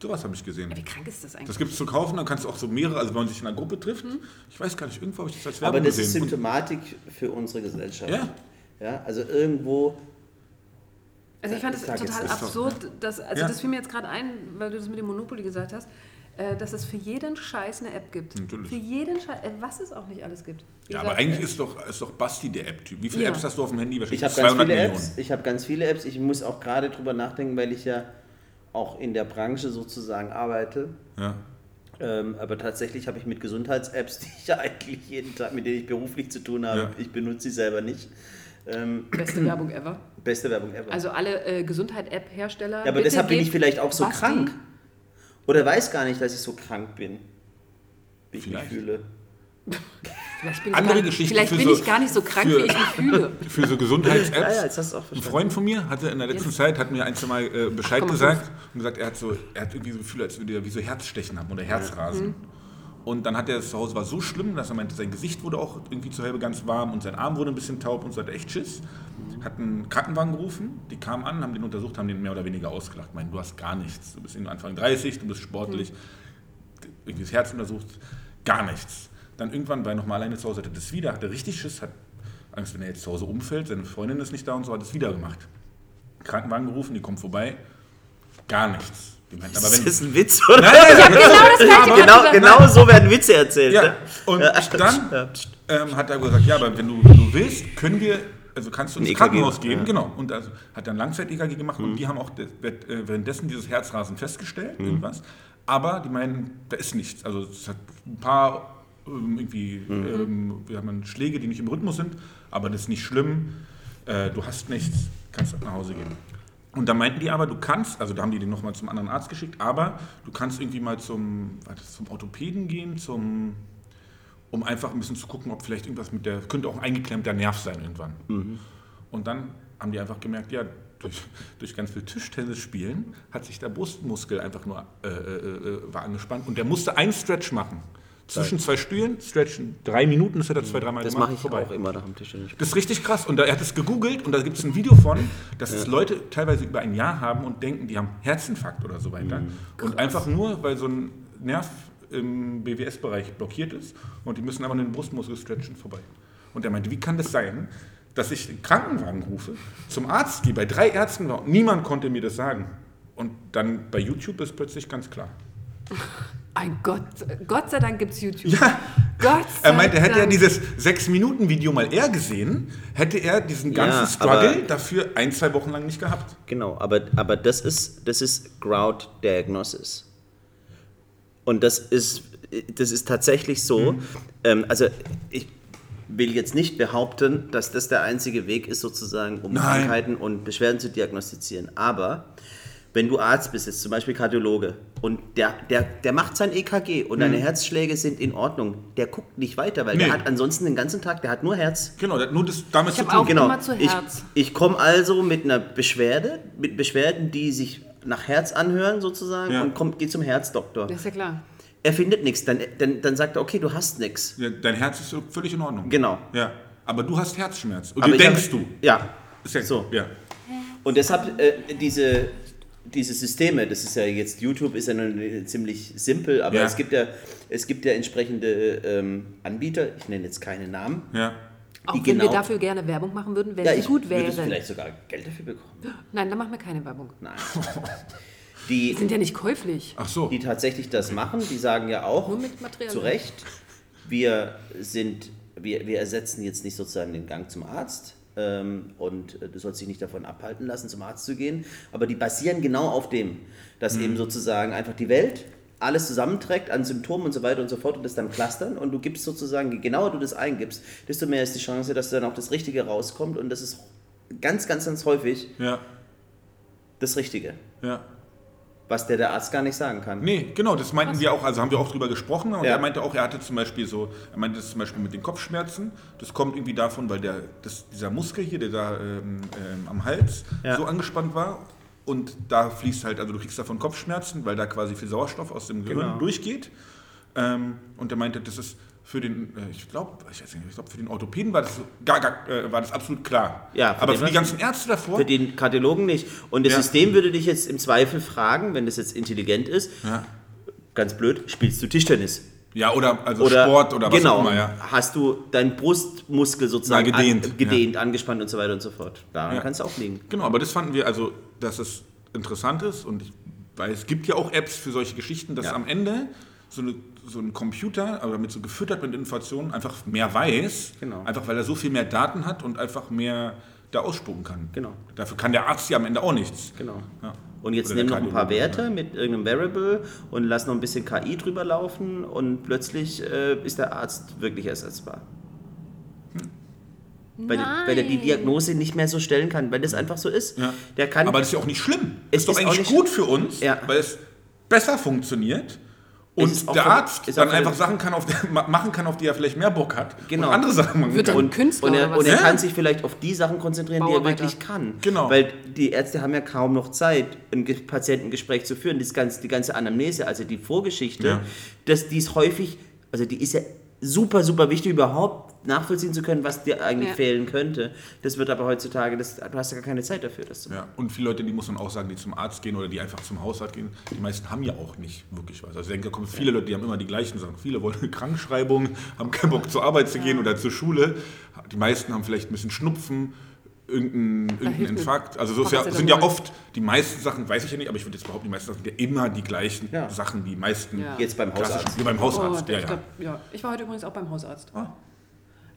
Sowas habe ich gesehen. Ja, wie krank ist das eigentlich? Das gibt es zu kaufen, dann kannst du auch so mehrere, also wenn man sich in einer Gruppe trifft, Mhm. ich weiß gar nicht, irgendwo habe ich das als Werbung Aber das ist gesehen. Und- Symptomatik für unsere Gesellschaft. Ja. ja also irgendwo Also ich fand es Sag jetzt, total ist doch, ne? absurd, dass, also Ja. das fiel mir jetzt gerade ein, weil du das mit dem Monopoly gesagt hast, äh, dass es für jeden Scheiß eine App gibt. Natürlich. Für jeden Scheiß, äh, was es auch nicht alles gibt. Wie ja, gesagt, aber eigentlich ist doch, ist doch Basti der App-Typ. Wie viele Ja. Apps hast du auf dem Handy? Ich habe ganz viele Apps. Ich habe ganz viele Apps. Ich muss auch gerade drüber nachdenken, weil ich ja auch in der Branche sozusagen arbeite. Ja. Ähm, aber tatsächlich habe ich mit Gesundheits-Apps, die ich ja eigentlich jeden Tag, mit denen ich beruflich zu tun habe, Ja. ich benutze sie selber nicht. Ähm, beste Werbung ever. beste Werbung ever. Also alle äh, Gesundheit-App-Hersteller. ja, aber bitte deshalb bin gebt ich vielleicht auch so Basti- krank. Oder weiß gar nicht, dass ich so krank bin, wie ich mich Vielleicht. fühle. Vielleicht bin, Andere ich, gar nicht, Geschichten vielleicht für bin so- ich gar nicht so krank, für- wie ich mich fühle. Für so Gesundheits-Apps. Ja, ja, jetzt hast du auch Ein verstanden. Freund von mir hatte in der letzten Zeit, hat mir ein, zwei Mal äh, Bescheid 8,5. gesagt und gesagt, er hat, so, er hat irgendwie so Gefühl, als würde er wie so Herzstechen haben oder Herzrasen. Und dann hat er das zu Hause, war so schlimm, dass er meinte, sein Gesicht wurde auch irgendwie zur Hälfte ganz warm und sein Arm wurde ein bisschen taub und so hat er echt Schiss. Hat einen Krankenwagen gerufen, die kamen an, haben den untersucht, haben den mehr oder weniger ausgelacht. Meinen, du hast gar nichts. Du bist irgendwie Anfang 30, du bist sportlich, Hm. irgendwie das Herz untersucht, gar nichts. Dann irgendwann war er nochmal alleine zu Hause, hatte das wieder, hatte richtig Schiss, hat Angst, wenn er jetzt zu Hause umfällt, seine Freundin ist nicht da und so, hat es wieder gemacht. Krankenwagen gerufen, die kommen vorbei, gar nichts. Die meinten, aber Ist wenn, das ein Witz, oder? Gleiche ne? genau, gerade genau so werden Witze erzählt. ja, ne? und Ja, dann ähm, hat er gesagt, ja, aber wenn du, wenn du willst, können wir, also kannst du ins Ein EKG Krankenhaus machen, geben, ja. Mhm. genau. Und also hat dann Langzeit-EKG gemacht und die haben auch de- während- äh, währenddessen dieses Herzrasen festgestellt, irgendwas. Aber die meinen, da ist nichts. Also es hat ein paar ähm, irgendwie, Mhm. ähm, wie sagt man, Schläge, die nicht im Rhythmus sind, aber das ist nicht schlimm. Äh, du hast nichts, kannst nach Hause gehen. Und da meinten die aber, du kannst, also da haben die den nochmal zum anderen Arzt geschickt, aber du kannst irgendwie mal zum, warte, zum Orthopäden gehen, zum, um einfach ein bisschen zu gucken, ob vielleicht irgendwas mit der, könnte auch ein eingeklemmter Nerv sein irgendwann. Mhm. Und dann haben die einfach gemerkt, ja, durch, durch ganz viel Tischtennis spielen hat sich der Brustmuskel einfach nur äh, äh, äh, war angespannt und der musste einen Stretch machen. Zwischen zwei Stühlen, stretchen, drei Minuten, das hat er zwei, dreimal Das gemacht. mache ich vorbei. auch immer nach dem Tischtennis. Das ist richtig krass. Und da, er hat es gegoogelt und da gibt es ein Video von, dass es Leute teilweise über ein Jahr haben und denken, die haben Herzinfarkt oder so weiter. Und einfach nur, weil so ein Nerv im BWS-Bereich blockiert ist und die müssen aber den Brustmuskel stretchen vorbei. Und er meinte, wie kann das sein, dass ich den Krankenwagen rufe, zum Arzt gehe, bei drei Ärzten war und niemand konnte mir das sagen. Und dann bei YouTube ist plötzlich ganz klar. Ein Gott, Gott sei Dank gibt es YouTube. Gott sei Er meinte, hätte er Dank. dieses 6-Minuten-Video mal eher gesehen, hätte er diesen Ja, ganzen aber- Struggle dafür ein, zwei Wochen lang nicht gehabt. Genau, aber, aber das ist, das ist Crowd Diagnosis. Und das ist, das ist tatsächlich Mhm. so. Ähm, also ich will jetzt nicht behaupten, dass das der einzige Weg ist, sozusagen, um Nein. Krankheiten und Beschwerden zu diagnostizieren. Aber wenn du Arzt bist, jetzt zum Beispiel Kardiologe, und der, der, der macht sein EKG und deine Herzschläge sind in Ordnung, der guckt nicht weiter, weil Mhm. Nee. der hat ansonsten den ganzen Tag, der hat nur Herz. Genau, das- nur das damit Ich zu hab tun. auch- Genau. immer zu Herz. Ich, ich komme also mit einer Beschwerde, mit Beschwerden, die sich nach Herz anhören sozusagen Ja. und komm, geh zum Herzdoktor. Das ist ja klar. Er findet nichts, dann, dann, dann sagt er, okay, du hast nichts. Ja, Dein Herz ist so völlig in Ordnung. Genau. Ja, aber du hast Herzschmerz. Und Aber den ich hab- denkst du. Ja. Ist ja, So. Ja. Und deshalb äh, diese, diese Systeme, das ist ja jetzt, YouTube ist ja nun äh, ziemlich simpel, aber Ja. es, gibt ja, es gibt ja entsprechende ähm, Anbieter, ich nenne jetzt keine Namen. ja. Auch Die wenn genau- wir dafür gerne Werbung machen würden, wenn Ja, sie ich gut würde wäre. vielleicht sogar Geld dafür bekommen. Nein, dann machen wir keine Werbung. Nein. Die, Die sind ja nicht käuflich. Ach so. die tatsächlich das machen, die sagen ja auch, Nur mit Material. zu Recht, wir, sind, wir, wir ersetzen jetzt nicht sozusagen den Gang zum Arzt ähm, und äh, du sollst dich nicht davon abhalten lassen, zum Arzt zu gehen, aber die basieren genau auf dem, dass eben sozusagen einfach die Welt alles zusammenträgt an Symptomen und so weiter und so fort und das dann clustern und du gibst sozusagen, je genauer du das eingibst, desto mehr ist die Chance, dass dann auch das Richtige rauskommt und das ist ganz, ganz, ganz häufig Ja, das Richtige, ja. was der, der Arzt gar nicht sagen kann. Nee, genau, das meinten wir auch, also haben wir auch drüber gesprochen und Ja. er meinte auch, er hatte zum Beispiel so, er meinte das zum Beispiel mit den Kopfschmerzen, das kommt irgendwie davon, weil der, das, dieser Muskel hier, der da ähm, ähm, am Hals Ja. so angespannt war und da fließt halt, also du kriegst davon Kopfschmerzen, weil da quasi viel Sauerstoff aus dem Gehirn Genau. durchgeht ähm, und er meinte, das ist für den, äh, ich glaube, ich weiß nicht, ich glaube für den Orthopäden war das, so- gar, gar, äh, war das absolut klar. Ja, für Aber den für die was- ganzen Ärzte davor, Für den Kardiologen nicht. Und das Ja. System würde dich jetzt im Zweifel fragen, wenn das jetzt intelligent ist, ja, ganz blöd, spielst du Tischtennis? ja, oder also Oder Sport oder was genau, auch immer, ja. Hast du deinen Brustmuskel sozusagen Mal gedehnt, an, gedehnt angespannt und so weiter und so fort. Daran Ja. kannst du auch liegen. Genau, aber das fanden wir also, dass es interessant ist und ich, weil es gibt ja auch Apps für solche Geschichten, dass Ja. am Ende so, eine, so ein Computer, aber damit so gefüttert mit Informationen, einfach mehr weiß, Genau. einfach weil er so viel mehr Daten hat und einfach mehr da ausspucken kann. Genau. Dafür kann der Arzt ja am Ende auch nichts. Genau. Ja. Und jetzt Oder nimm der noch ein paar Kardiologe, Werte mit irgendeinem Variable und lass noch ein bisschen KI drüber laufen und plötzlich äh, ist der Arzt wirklich ersetzbar. Weil, weil er die Diagnose nicht mehr so stellen kann, weil das einfach so ist. Ja. Der kann Aber das ist ja auch nicht schlimm. Es ist doch ist auch eigentlich nicht gut für uns, Ja. weil es besser funktioniert ist und auch der für- Arzt ist auch dann für den- einfach Sachen kann auf, ma- machen kann, auf die er vielleicht mehr Bock hat Genau. und andere Sachen machen Wird kann. doch ein Künstler und oder er, was? und er Ja. kann sich vielleicht auf die Sachen konzentrieren, die er Bauarbeiter. wirklich kann. Genau. Weil die Ärzte haben ja kaum noch Zeit, ein Ge- Patientengespräch zu führen. Das ganze, die ganze Anamnese, also die Vorgeschichte, Ja. dass die ist häufig, also die ist ja super, super wichtig, überhaupt nachvollziehen zu können, was dir eigentlich Ja. fehlen könnte. Das wird aber heutzutage, das, du hast ja gar keine Zeit dafür. Das zu Ja, und viele Leute, die muss man auch sagen, die zum Arzt gehen oder die einfach zum Hausarzt gehen, die meisten haben ja auch nicht wirklich was. Also ich denke, da kommen viele Leute, die haben immer die gleichen Sachen. Viele wollen eine Krankschreibung, haben keinen Bock zur Arbeit zu gehen oder zur Schule. Die meisten haben vielleicht ein bisschen Schnupfen, irgendeinen irgendein hilft mir Infarkt. Also so ist ja, sind ja Paracetamol. oft die meisten Sachen, weiß ich ja nicht, aber ich würde jetzt behaupten, die meisten Sachen sind ja immer die gleichen Ja. Sachen, die meisten. Ja. Jetzt beim klassischen- Hausarzt. Ja, beim Oh, Hausarzt, ja, ich, ja. glaub, ja. ich war heute übrigens auch beim Hausarzt. Ah.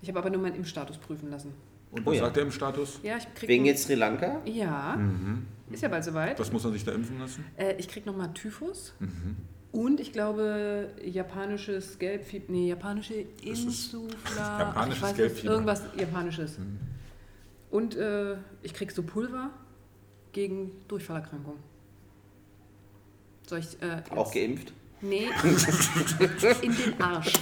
Ich habe aber nur meinen Impfstatus prüfen lassen. Und Oh, was ja. sagt er im Status? Ja, ich krieg Wegen noch- jetzt Sri Lanka? Ja. Mhm. Ist ja bald soweit. Was muss man sich da impfen lassen? Äh, ich krieg nochmal Typhus. Mhm. Und ich glaube, japanisches Gelbfieber. Nee, japanische ist Insufla. japanisches ich weiß nicht, Gelbfieber. Mhm. Irgendwas Japanisches. Und äh, ich krieg so Pulver gegen Durchfallerkrankung. Soll ich. Äh, jetzt- Auch geimpft? Nee. In den Arsch.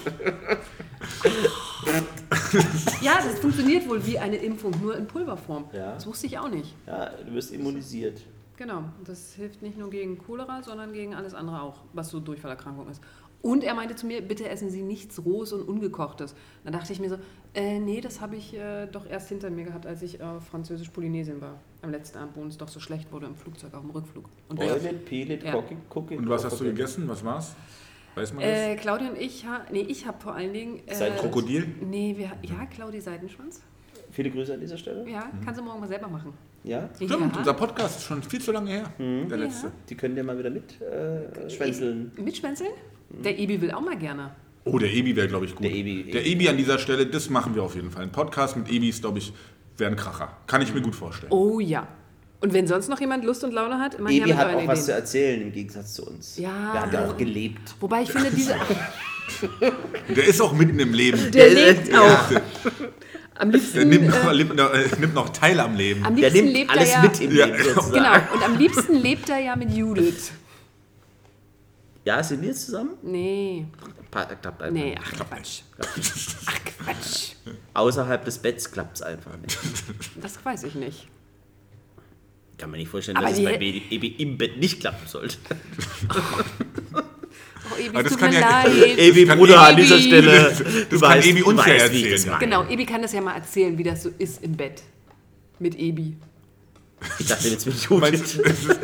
Ja, das funktioniert wohl wie eine Impfung, nur in Pulverform. Ja. Das wusste ich auch nicht. Ja, du wirst immunisiert. Genau, das hilft nicht nur gegen Cholera, sondern gegen alles andere auch, was so Durchfallerkrankung ist. Und er meinte zu mir, bitte essen Sie nichts Rohes und Ungekochtes. Da dachte ich mir so, äh, nee, das habe ich äh, doch erst hinter mir gehabt, als ich äh, französisch-Polynesien war. Am letzten Abend, wo uns doch so schlecht wurde im Flugzeug, auf dem Rückflug. Und wir- Boilet, peelet, Ja. cookie, cookie. Und was hast du gegessen? Was war's? Weiß man das? äh, Claudia und ich, ha nee, ich habe vor allen Dingen... Äh, Seit Krokodil. Krokodil? Nee, wir, ja, Claudia Seitenschwanz. Viele Grüße an dieser Stelle. Ja, kannst du morgen mal selber machen. Ja, Mhm. Stimmt, ja. unser Podcast ist schon viel zu lange her. Der letzte. die können dir mal wieder mit äh, schwänzeln. Mitschwänzeln? Der Ebi will auch mal gerne. Oh, der Ebi wäre, glaube ich, gut. Der Ebi- der Ebi an dieser Stelle, das machen wir auf jeden Fall. Ein Podcast mit Ebis, glaube ich, wäre ein Kracher. Kann ich mir gut vorstellen. Oh ja. Und wenn sonst noch jemand Lust und Laune hat, immer her Ebi mit hat auch euren was zu Ideen. erzählen im Gegensatz zu uns. Ja. Der hat ja auch gelebt. Wobei ich finde, diese, Der ist auch mitten im Leben. der lebt auch. Der, Am der liebsten, nimmt, äh, noch, lebt, noch- äh, nimmt noch teil am Leben. am Der liebsten nimmt lebt alles er ja. mit im Ja, Leben genau. sozusagen. Genau, und am liebsten lebt er ja mit Judith. Ja, sind wir jetzt zusammen? Nee, Pa klappt einfach. nee, Nee. ach Quatsch. Ach Quatsch. Außerhalb des Betts klappt es einfach nicht. Das weiß ich nicht. Kann man nicht vorstellen, Aber dass es die- bei Baby, Ebi im Bett nicht klappen sollte. Oh, Ebi, Aber das es tut mir kann ja- leid. Ebi, kann Bruder, Ebi- an dieser Stelle. Das- das du kann weißt- Ebi du uns ja weißt, wie ich erzählen, das ja. mache. Genau, Ebi kann das ja mal erzählen, wie das so ist im Bett. Mit Ebi. Ich dachte jetzt mit Meinst Judith. du, das ist-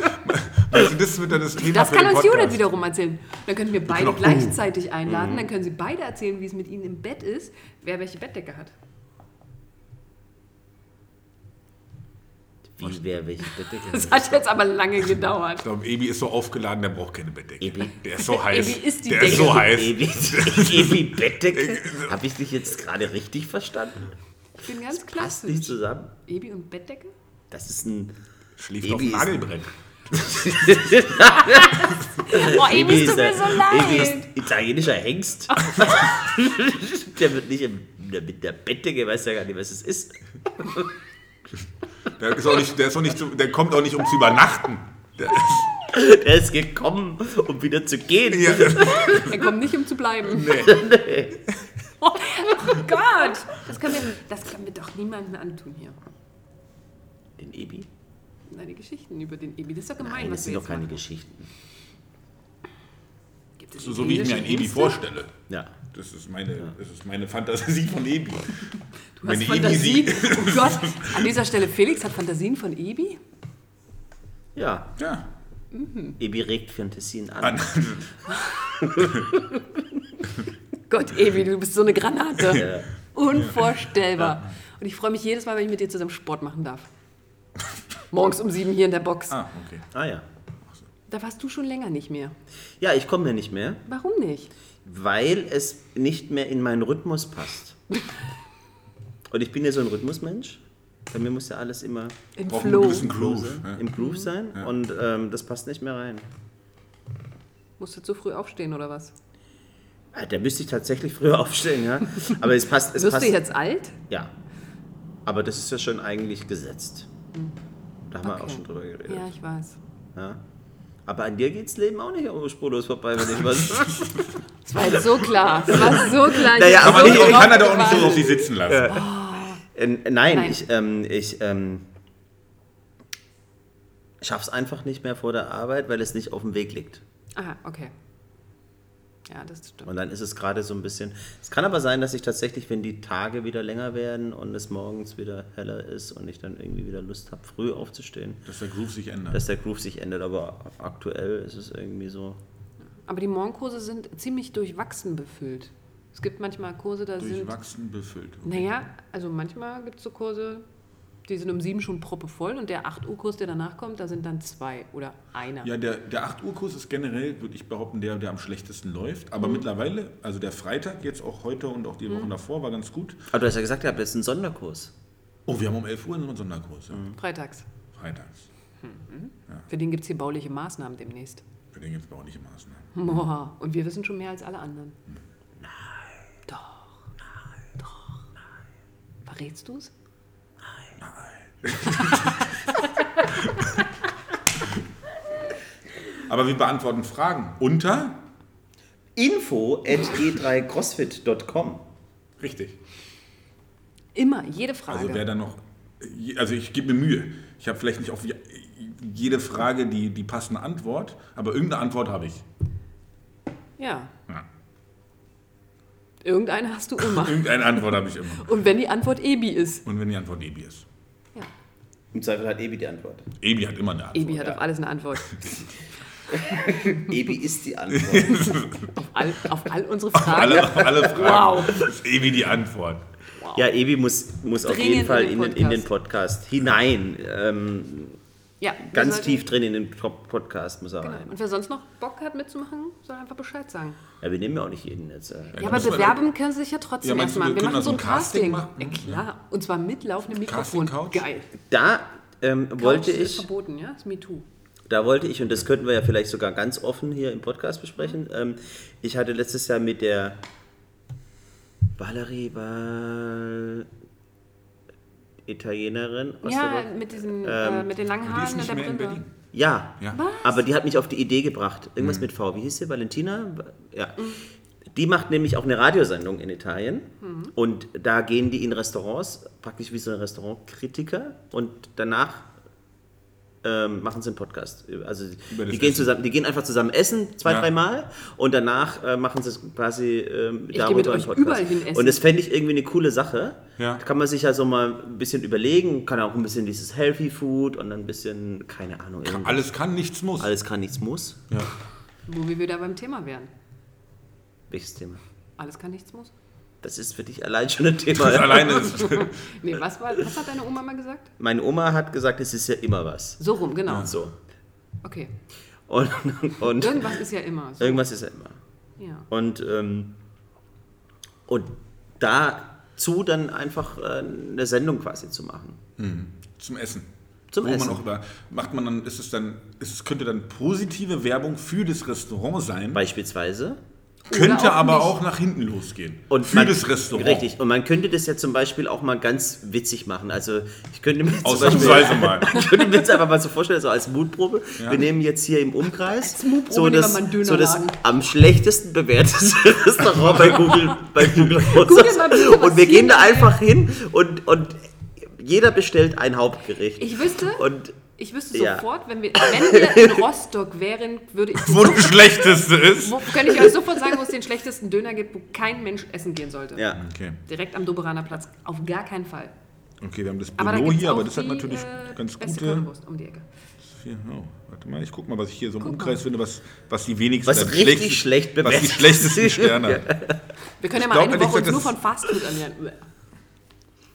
meinst du, das wird dann das Thema Das für kann den uns Podcast? Judith wiederum erzählen. Dann können Genau. wir beide können auch- Mhm. gleichzeitig einladen. Dann können sie beide erzählen, wie es mit ihnen im Bett ist, wer welche Bettdecke hat. Wie wäre welche Bettdecke? Das hat jetzt aber lange gedauert. Ich glaube, Ebi ist so aufgeladen, der braucht keine Bettdecke. Ebi. Der ist so heiß. Ebi ist die der ist Decke. so Äh, heiß. Ebi, Ebi Bettdecke? Habe ich dich jetzt gerade richtig verstanden? Ich bin ganz Passt nicht klassisch. zusammen? Ebi und Bettdecke? Das ist ein. Schläft Ebi auf ist- dem Nagelbrett. Oh, Emi, es tut mir so Ebi ist leid. italienischer Hengst. der wird nicht im, der, mit der Bette, der weiß ja gar nicht, was es ist. Der, ist auch nicht, der, ist auch nicht zu, der kommt auch nicht, um zu übernachten. Der ist, Der ist gekommen, um wieder zu gehen. ja, Er kommt nicht, um zu bleiben. nee. Oh, Gott, das können, wir, das können wir doch niemandem antun hier. Den Ebi? Meine Geschichten über den Ebi. Das ist doch gemein, Nein, was das sind wir doch jetzt keine machen. Geschichten. Gibt es So, so wie ich mir ein Ebi Hengste? vorstelle. Ja. Das ist meine, das ist meine Fantasie von Ebi. Du hast Meine Fantasien. Ebi- Oh Gott, an dieser Stelle, Felix hat Fantasien von Ebi? Ja, Ja. Ebi regt Fantasien an. An, Gott, Ebi, du bist so eine Granate. Ja. Unvorstellbar. Und ich freue mich jedes Mal, wenn ich mit dir zusammen Sport machen darf. Morgens um sieben hier in der Box. ah, okay. Ah ja. Da warst du schon länger nicht mehr. Ja, ich komme ja nicht mehr, Warum nicht? weil es nicht mehr in meinen Rhythmus passt. Und ich bin ja so ein Rhythmusmensch. Bei mir muss ja alles immer Im Brauchen einen Flow. gewissen Groove. ne? Ja. im Groove sein und ähm, das passt nicht mehr rein. Musst du zu früh aufstehen oder was? Ah, Da müsste ich tatsächlich früher aufstehen, ja. Aber es passt. Es Wirst passt du jetzt alt? Ja. Aber das ist ja schon eigentlich gesetzt. Da haben wir auch Okay. schon drüber geredet. Ja, ich weiß. Ja. Aber an dir geht's Leben auch nicht um spurlos vorbei, wenn ich was. Es war jetzt so klar. Es war so klar. Ich Naja, hab aber Aber so ich ich kann er drauf doch auch nicht so auf sie gewartet. sitzen lassen. ne? äh, nein, Nein. ich, ähm, ich ähm, schaff's einfach nicht mehr vor der Arbeit, weil es nicht auf dem Weg liegt. Aha, okay. Ja, das stimmt. Und dann ist es gerade so ein bisschen. Es kann aber sein, dass ich tatsächlich, wenn die Tage wieder länger werden und es morgens wieder heller ist und ich dann irgendwie wieder Lust habe, früh aufzustehen, Dass der Groove sich ändert. dass der Groove sich ändert. Aber aktuell ist es irgendwie so. Aber die Morgenkurse sind ziemlich durchwachsen befüllt. Es gibt manchmal Kurse, da sind Durchwachsen befüllt. Naja, also manchmal gibt es so Kurse, die sind um sieben schon proppevoll und der 8 Uhr Kurs, der danach kommt, da sind dann zwei oder einer. Ja, der, der 8 Uhr Kurs ist generell, würde ich behaupten, der, der am schlechtesten läuft. Aber mittlerweile, also der Freitag jetzt auch heute und auch die Wochen davor war ganz gut. Aber Ah, du hast ja gesagt, ihr habt jetzt einen Sonderkurs. Oh, wir haben um 11 Uhr einen Sonderkurs. Ja. Mhm. Freitags. Freitags. Für den gibt es hier bauliche Maßnahmen demnächst. Für den gibt es auch nicht im Maßnahmen. Boah. Und wir wissen schon mehr als alle anderen. Nein. Doch. Nein. Doch. Verrätst du es? Aber wir beantworten Fragen. Unter? Info at e3crossfit.com. Richtig. Immer, jede Frage. Also wer da noch. je- Also ich gebe mir Mühe. Ich habe vielleicht nicht auf je- jede Frage die, die passende Antwort, aber irgendeine Antwort habe ich. ja. Ja. Irgendeine hast du immer. Irgendeine Antwort habe ich immer. und wenn die Antwort Ebi ist. Und wenn die Antwort Ebi ist. Ja. Im Zweifel hat Ebi die Antwort. Ebi hat immer eine Antwort. Ebi hat auf alles eine Antwort. Ebi ist die Antwort. Auf all, auf all unsere Fragen. Alle, auf alle Fragen. Wow. Ist Ebi die Antwort. ja, Ebi muss, muss auf Dringend jeden Fall in in den den, in den Podcast hinein. Ähm, Ja, wir ganz sollten- tief drin in den Top- Podcast muss er Genau. rein. Und wer sonst noch Bock hat mitzumachen, soll einfach Bescheid sagen. Ja, wir nehmen ja auch nicht jeden jetzt. Äh. Ja, aber müssen wir- bewerben können sie sich ja trotzdem Ja, meinst du, erstmal. wir Wir können machen da so ein Casting. machen? Ja, klar. Und zwar mit laufendem Casting Mikrofon. Couch? Geil. Da ähm, wollte Couch Ist ich, verboten, ja? Ist MeToo. da wollte ich, und das könnten wir ja vielleicht sogar ganz offen hier im Podcast besprechen. Ähm, ich hatte letztes Jahr mit der Valerie Val Italienerin aus Ja, der Ähm, mit, diesem, äh, mit den langen Die ist Haaren und nicht der mehr in Brille. Berlin. Ja. Ja. Aber die hat mich auf die Idee gebracht. Irgendwas Mhm. mit V. Wie hieß sie? Valentina? Ja. Die macht nämlich auch eine Radiosendung in Italien. Mhm. Und da gehen die in Restaurants, praktisch wie so ein Restaurantkritiker. Und danach ähm, machen sie einen Podcast. Also Über das die gehen, Essen. zusammen, die gehen einfach zusammen essen, zwei, Ja. dreimal. Und danach äh, machen sie es quasi ähm, gehe mit euch überall hin essen. Und das fände ich irgendwie eine coole Sache. Ja. Kann man sich ja so mal ein bisschen überlegen. Kann auch ein bisschen dieses Healthy Food und dann ein bisschen, keine Ahnung. irgendwie- Alles kann, nichts muss. alles kann, nichts muss. Ja. Wo wir wieder beim Thema wären. Welches Thema? Alles kann, nichts muss. Das ist für dich allein schon ein Das Thema. alleine ist. Nee, was, war, was hat deine Oma mal gesagt? Meine Oma hat gesagt, es ist ja immer was. So rum, genau. So. Okay. Und, und Irgendwas ist ja immer so. irgendwas ist ja immer. Ja. Und, ähm, und dazu dann einfach äh, eine Sendung quasi zu machen. Zum Essen. Zum wo man Essen. auch über, macht man dann, ist es dann, ist es könnte dann positive Werbung für das Restaurant sein, Beispielsweise. könnte auch aber nicht. auch nach hinten losgehen. Und für man- das Restaurant. Richtig. Und man könnte das ja zum Beispiel auch mal ganz witzig machen. Also ich könnte mir jetzt zum Ausnahmsweise Beispiel, mal. ich könnte mir jetzt einfach mal so vorstellen, so als Mutprobe. Wir nehmen jetzt hier im Umkreis Als Mutprobe so nehmen wir das, mal einen Dönerladen. so das am schlechtesten bewertete Restaurant bei Google, bei Google Plus. mal bitte, was Und wir hier gehen da dabei- einfach hin und, und jeder bestellt ein Hauptgericht. Ich wüsste, und ich wüsste Ja. sofort, wenn wir, wenn wir in Rostock wären, würde ich, Wo das Schlechteste ist. wo, könnte ich euch sofort sagen, wo es den schlechtesten Döner gibt, wo kein Mensch essen gehen sollte. ja, Okay. Direkt am Doberaner Platz. Auf gar keinen Fall. Okay, wir haben das Aber da Büro gibt's hier, auch aber das hat die, natürlich äh, ganz beste gute. Currywurst um die Ecke. Hier, oh, warte mal, ich guck mal, was ich hier so im Guck Umkreis mal. finde, was, was die wenigsten. Was am richtig schlechtesten- schlecht Was die bewertet schlechtesten sind. Sterne. Wir können ja glaub mal eine ehrlich Woche uns gesagt, nur das- von Fastfood ernähren.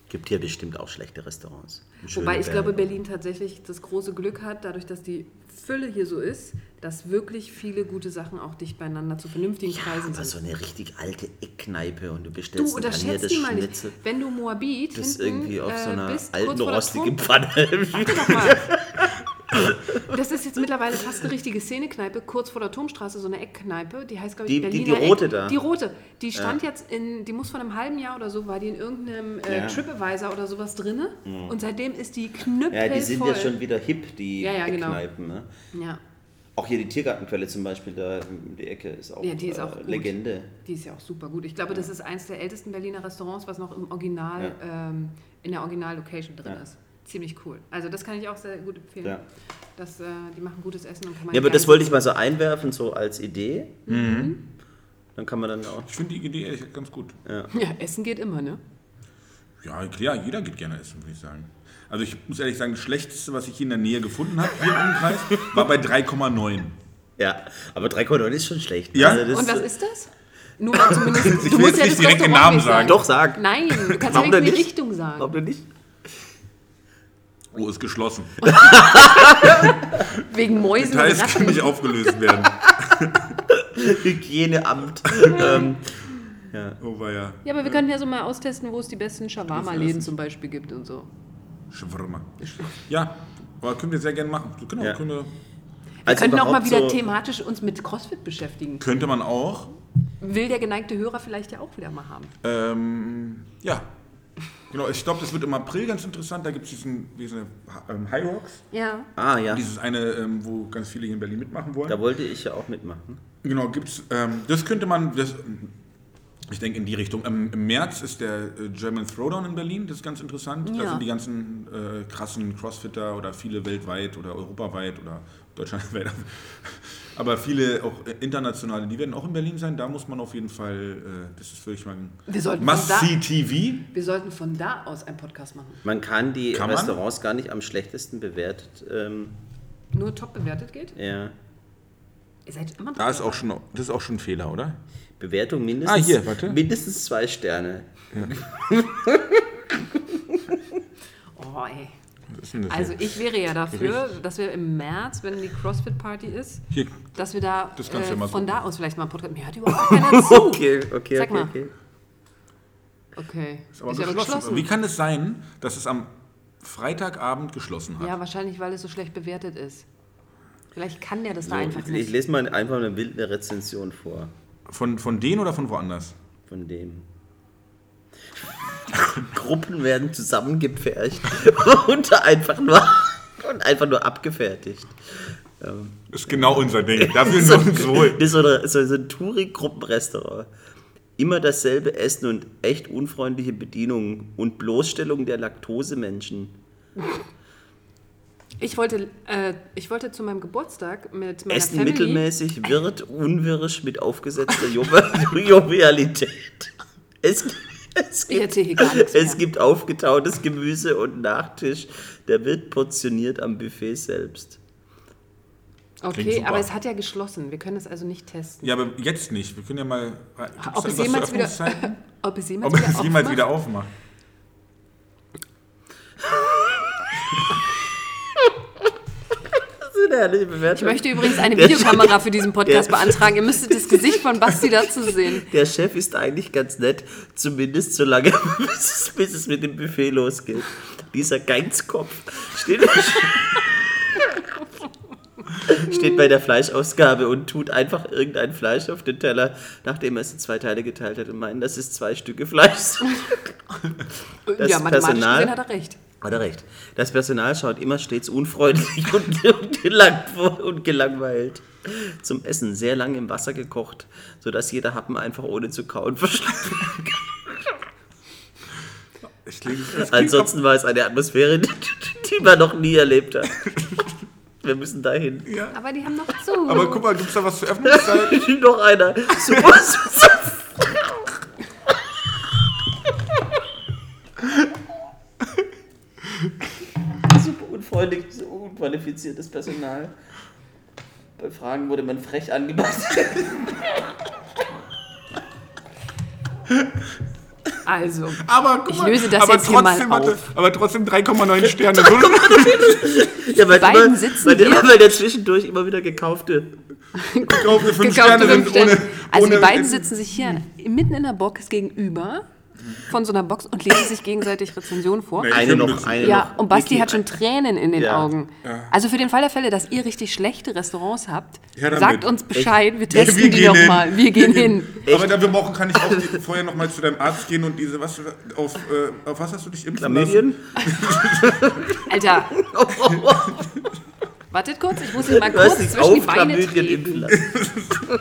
gibt hier bestimmt auch schlechte Restaurants. Wobei ich Schöneberg. glaube, Berlin tatsächlich das große Glück hat, dadurch, dass die Fülle hier so ist, dass wirklich viele gute Sachen auch dicht beieinander zu vernünftigen Preisen Aber so sind. eine richtig alte Eckkneipe und du Du bestellst ein unterschätzt paniertes die mal nicht. Schnitzel. Wenn du Moabit Das ist hinten, irgendwie auf so äh, einer bist, kurz alten, vor der Turm- rostigen Pfanne. Warte doch mal. Das ist jetzt mittlerweile fast eine richtige Szene-Kneipe, kurz vor der Turmstraße, so eine Eckkneipe, die heißt, glaube ich, Die- die- die Berliner rote Eck. da. Die rote. Die stand jetzt in, die muss von einem halben Jahr oder so, war die in irgendeinem äh, Ja. Mhm. TripAdvisor oder sowas drinne. Und seitdem ist die knüppelvoll. Ja, die sind ja schon wieder hip, die Ja, ja, genau. Eckkneipen. Ne? Ja, Auch hier die Tiergartenquelle zum Beispiel, da um die Ecke ist auch, Ja, die ist auch äh, gut. Legende. die ist ja auch super gut. Ich glaube, das ist eins der ältesten Berliner Restaurants, was noch im Original, ähm, in der Original-Location drin Ja. ist. Ziemlich cool. Also das kann ich auch sehr gut empfehlen. Ja. Das, äh, die machen gutes Essen und kann man Ja, aber gerne- das wollte ich mal so einwerfen, so als Idee. Mhm. Dann kann man dann auch. Ich finde die Idee ehrlich gesagt ganz gut. Ja, Essen geht immer, ne? Ja, klar, jeder geht gerne essen, würde ich sagen. Also ich muss ehrlich sagen, das Schlechteste, was ich hier in der Nähe gefunden habe, hier im Umkreis, war bei 3,9. Ja, aber 3,9 ist schon schlecht. ne? Also Ja? das Und was ist das? Nur mal zumindest. Ich will jetzt nicht ja das direkt den Restaurant Namen nicht sagen. Doch, sag. Nein, du kannst ja Warum nicht die denn nicht? Richtung sagen. Warum denn nicht? Oh, ist geschlossen. Wegen Mäusen und Details Ratten. kann nicht aufgelöst werden. Hygieneamt. ähm, Oh, war ja. Ja, aber wir könnten ja so mal austesten, wo es die besten Shawarma-Läden zum Beispiel gibt und so. Schwirma. Ja, aber können wir sehr gerne machen. So, Genau, Ja. können wir, also könnten auch mal überhaupt wieder so- thematisch uns mit CrossFit beschäftigen. könnte man auch. Will der geneigte Hörer vielleicht ja auch wieder mal haben. Ähm, ja. Genau, ich glaube, das wird im April ganz interessant. Da gibt es diesen, diesen ähm, High Rocks. Ja. Ah ja, Dieses eine, ähm, wo ganz viele hier in Berlin mitmachen wollen. da wollte ich ja auch mitmachen. Genau, gibt's. Ähm, das könnte man. Das, ich denke in die Richtung. Ähm, Im März ist der äh, German Throwdown in Berlin, das ist ganz interessant. Da Ja. sind die ganzen äh, krassen Crossfitter oder viele weltweit oder europaweit oder deutschlandweit. Aber viele auch äh, internationale, die werden auch in Berlin sein. Da muss man auf jeden Fall, äh, das ist wirklich mal Wir sollten ein von da- Must-See-TV. Wir sollten von da aus einen Podcast machen. Man kann die Kann man? Restaurants gar nicht am schlechtesten bewertet. Ähm, Nur top bewertet geht? ja. Ihr seid immer Da ist auch schon, das ist auch schon ein Fehler, oder? Bewertung mindestens, Ah, hier, warte. mindestens zwei Sterne. Oh, ey. Was ist denn das Also hier? ich wäre ja dafür, dass wir im März, wenn die CrossFit-Party ist, hier? dass wir da Das kannst du ja äh, mal von gucken. da aus vielleicht mal einen Podcast. Mir hört überhaupt keiner zu. Okay, okay, Sag okay, mal. okay. Okay. Ist Aber geschlossen. Wie kann es sein, dass es am Freitagabend geschlossen hat? Ja, wahrscheinlich, weil es so schlecht bewertet ist. Vielleicht kann der das da So, einfach ich, ich nicht. lese mal einfach eine wilde Rezension vor Von, von denen oder von woanders? von dem. Gruppen werden zusammengepfercht und einfach nur, und einfach nur abgefertigt. Ist genau unser Ding. Da fühlen wir uns wohl. Das ist so, eine, so so ein Touring-Gruppenrestaurant. Immer dasselbe Essen und echt unfreundliche Bedienung und Bloßstellung der Laktosemenschen. Ich wollte, äh, ich wollte zu meinem Geburtstag mit meiner Essen Family... mittelmäßig, wird unwirrisch mit aufgesetzter Jo- Jovialität. Es, es, Ich gibt, erzähle hier gar nichts mehr. es gibt aufgetautes Gemüse und Nachtisch. Der wird portioniert am Buffet selbst. Klingt Okay, super. aber es hat ja geschlossen. Wir können es also nicht testen. Ja, aber jetzt nicht. Wir können ja mal. gibt's ob, da es was jemals zu wieder, Öffnungszeiten? ob es jemals Ob wieder... es jemals aufmacht? wieder aufmacht. Das sind Sterne Ich bewertet. möchte übrigens eine Der- Videokamera für diesen Podcast der- beantragen. Ihr müsstet das Gesicht von Basti dazu sehen. Der Chef ist eigentlich ganz nett, zumindest solange bis es, bis es mit dem Buffet losgeht. Dieser Geinskopf steht, steht bei der Fleischausgabe und tut einfach irgendein Fleisch auf den Teller, nachdem er es in zwei Teile geteilt hat und meint, das ist zwei Stücke Fleisch. Das ja, mathematisch Personal- gesehen hat er recht. Hat er recht. Das Personal schaut immer stets unfreundlich und, und, gelang, und gelangweilt. Zum Essen sehr lange im Wasser gekocht, sodass jeder Happen einfach ohne zu kauen verschluckt. Ich klinge, das klingt Ansonsten war es eine Atmosphäre, die, die man noch nie erlebt hat. Wir müssen dahin. auch- ja. Aber die haben noch zu. Aber guck mal, gibt es da was zu Öffnungszeit? noch einer. Super, super. super unfreundlich, so unqualifiziertes Personal. Bei Fragen wurde man frech angemacht. Also, Aber guck Ich mal, löse das aber jetzt hier mal trotzdem hatte- auf. Aber trotzdem 3,9 Sterne. So- ja, weil beiden sitzen weil, der, hier. weil der zwischendurch immer wieder gekauft wird. gekaufte 5 gekaufte Sterne fünf sind Sterne. ohne, Also ohne die beiden sitzen sich hier mitten in der Box gegenüber von so einer Box und lesen sich gegenseitig Rezensionen vor. Nee. Eine finde noch, das- eine Ja, noch. und Basti Niki, hat schon Tränen in den Ja. Augen. Also für den Fall der Fälle, dass ihr richtig schlechte Restaurants habt, Her damit. sagt uns Bescheid, wir testen wir die gehen hin. nochmal. Wir gehen hin. Aber da wir brauchen, kann ich auch die, vorher nochmal zu deinem Arzt gehen und diese, was, auf, äh, auf was hast du dich impfen lassen? Chlamydien? Alter. Wartet kurz, ich muss ihn mal Du hast kurz dich zwischen die auf Beine Chlamydien treten. impfen lassen.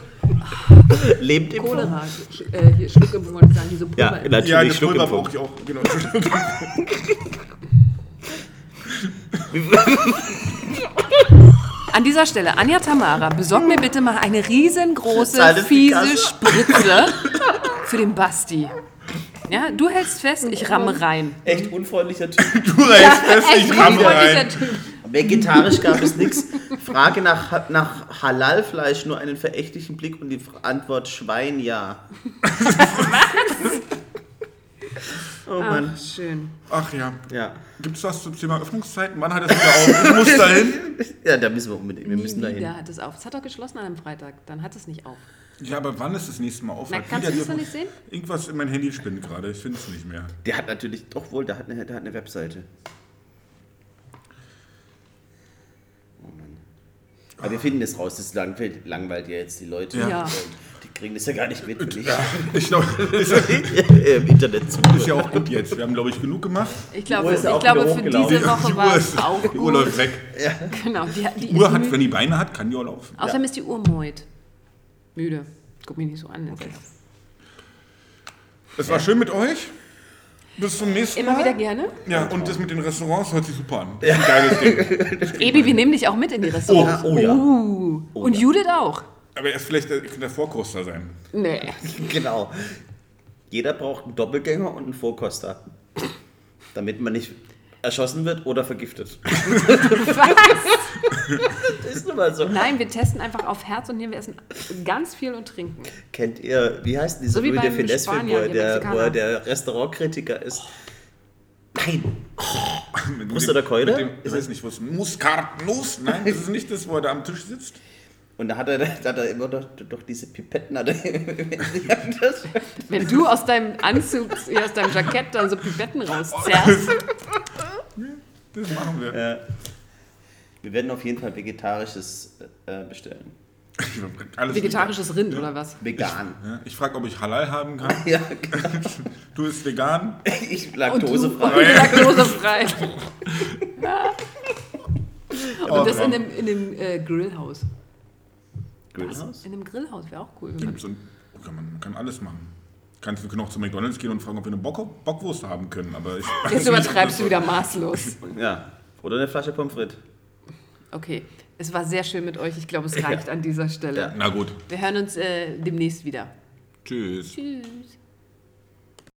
Lebt im Cholera, ich, äh, hier Schluckimpfung wollte ich sagen, diese Pulver. Ja, natürlich Ja, eine Pulver Schluckimpfung. brauche ich auch. Genau. An dieser Stelle, Anja Tamara, besorg mir bitte mal eine Zahlt riesengroße, es die fiese Kasse? Spritze für den Basti. Ja, du hältst fest, ich ramme rein. Echt unfreundlicher Typ. Du reißt es, Echt ich ramme unfreundlicher rein. Typ. Vegetarisch gab es nichts. Frage nach, nach Halalfleisch nur einen verächtlichen Blick und die Fra- Antwort Schwein ja. Was? Oh Mann. Ah, Schön. Ach ja. Ja. Gibt es was zum Thema Öffnungszeiten? Wann hat das wieder auf? Ich muss dahin. ja, da müssen wir unbedingt. Wir Nie müssen dahin. wieder hat es auf. Es hat doch geschlossen an einem Freitag. Dann hat es nicht auf. Ja, aber wann ist das nächste Mal auf? Na, Hat kannst wieder du das die- noch nicht sehen? Irgendwas in mein Handy spinnt gerade. Ich finde es nicht mehr. Der hat natürlich, doch wohl, der hat eine, der hat eine Webseite. Oh Mann. Aber wir finden das raus, das langweilt, langweilt ja jetzt die Leute. Ja. Ja. Die kriegen das ja gar nicht mit. wenn ich- Ich glaube, ist, ist Im Internet zu. ja auch gut jetzt. Wir haben, glaube ich, genug gemacht. Ich Uhr glaube, ist ja ich auch glaube wieder für hochgelaufen. diese Woche war es ist- auch die Uhr läuft gut. weg. Genau, die, die Die Uhr ist hat, müde. wenn die Beine hat, kann die auch laufen. Außerdem ist die Uhr moit. Müde. Guck mich nicht so an. Jetzt. Es war schön mit euch. Bis zum nächsten Immer Mal. wieder gerne. Ja, und das mit den Restaurants hört sich super an. Das ist ein geiles Ding. Ebi, wir nehmen dich auch mit in die Oh, Restaurants. oh ja. Uh. Und Judith auch. Aber erst vielleicht der, der Vorkoster sein. Nee. Genau. Jeder braucht einen Doppelgänger und einen Vorkoster. Damit man nicht erschossen wird oder vergiftet. Was? Das ist nun mal so. Nein, wir testen einfach auf Herz und Nieren. Wir essen ganz viel und trinken. Kennt ihr, wie heißt denn dieser So wie Louis de beim Finesse-Film, wo, Spanier, er der der- wo Mexikaner. er der Restaurantkritiker ist? Nein, Mit Brust dem- oder Keule? mit Dem, ich weiß nicht, was. Muskatnuss? Nein, das ist nicht das, wo er da am Tisch sitzt. Und da hat er, da hat er immer doch, doch diese Pipetten. Hat er, Ja, das- Wenn du aus deinem Anzug, aus deinem Jackett dann so Pipetten rauszerrst. Das machen wir. Wir werden auf jeden Fall Vegetarisches äh, bestellen. Alles Vegetarisches Rind oder was? Vegan. vegan. Ja, Ich frage, ob ich Halal haben kann. Ja, Du bist vegan. ich Und du- laktosefrei. Und laktosefrei. Oh, Und das genau. Aber- in dem, in dem äh, Grillhaus. Grillhaus? In dem Grillhaus wäre auch cool. Da Wenn man gibt's so ein- kann man man kann alles machen. Kannst, wir können auch zu McDonalds gehen und fragen, ob wir eine Bock, Bockwurst haben können. Aber ich weiß Jetzt nicht, übertreibst ob du das wieder maßlos. Ja. Oder eine Flasche Pommes frites. Okay, es war sehr schön mit euch. Ich glaube, es reicht an dieser Stelle. Ja. so- Na gut. Wir hören uns äh, demnächst wieder. Tschüss. Tschüss.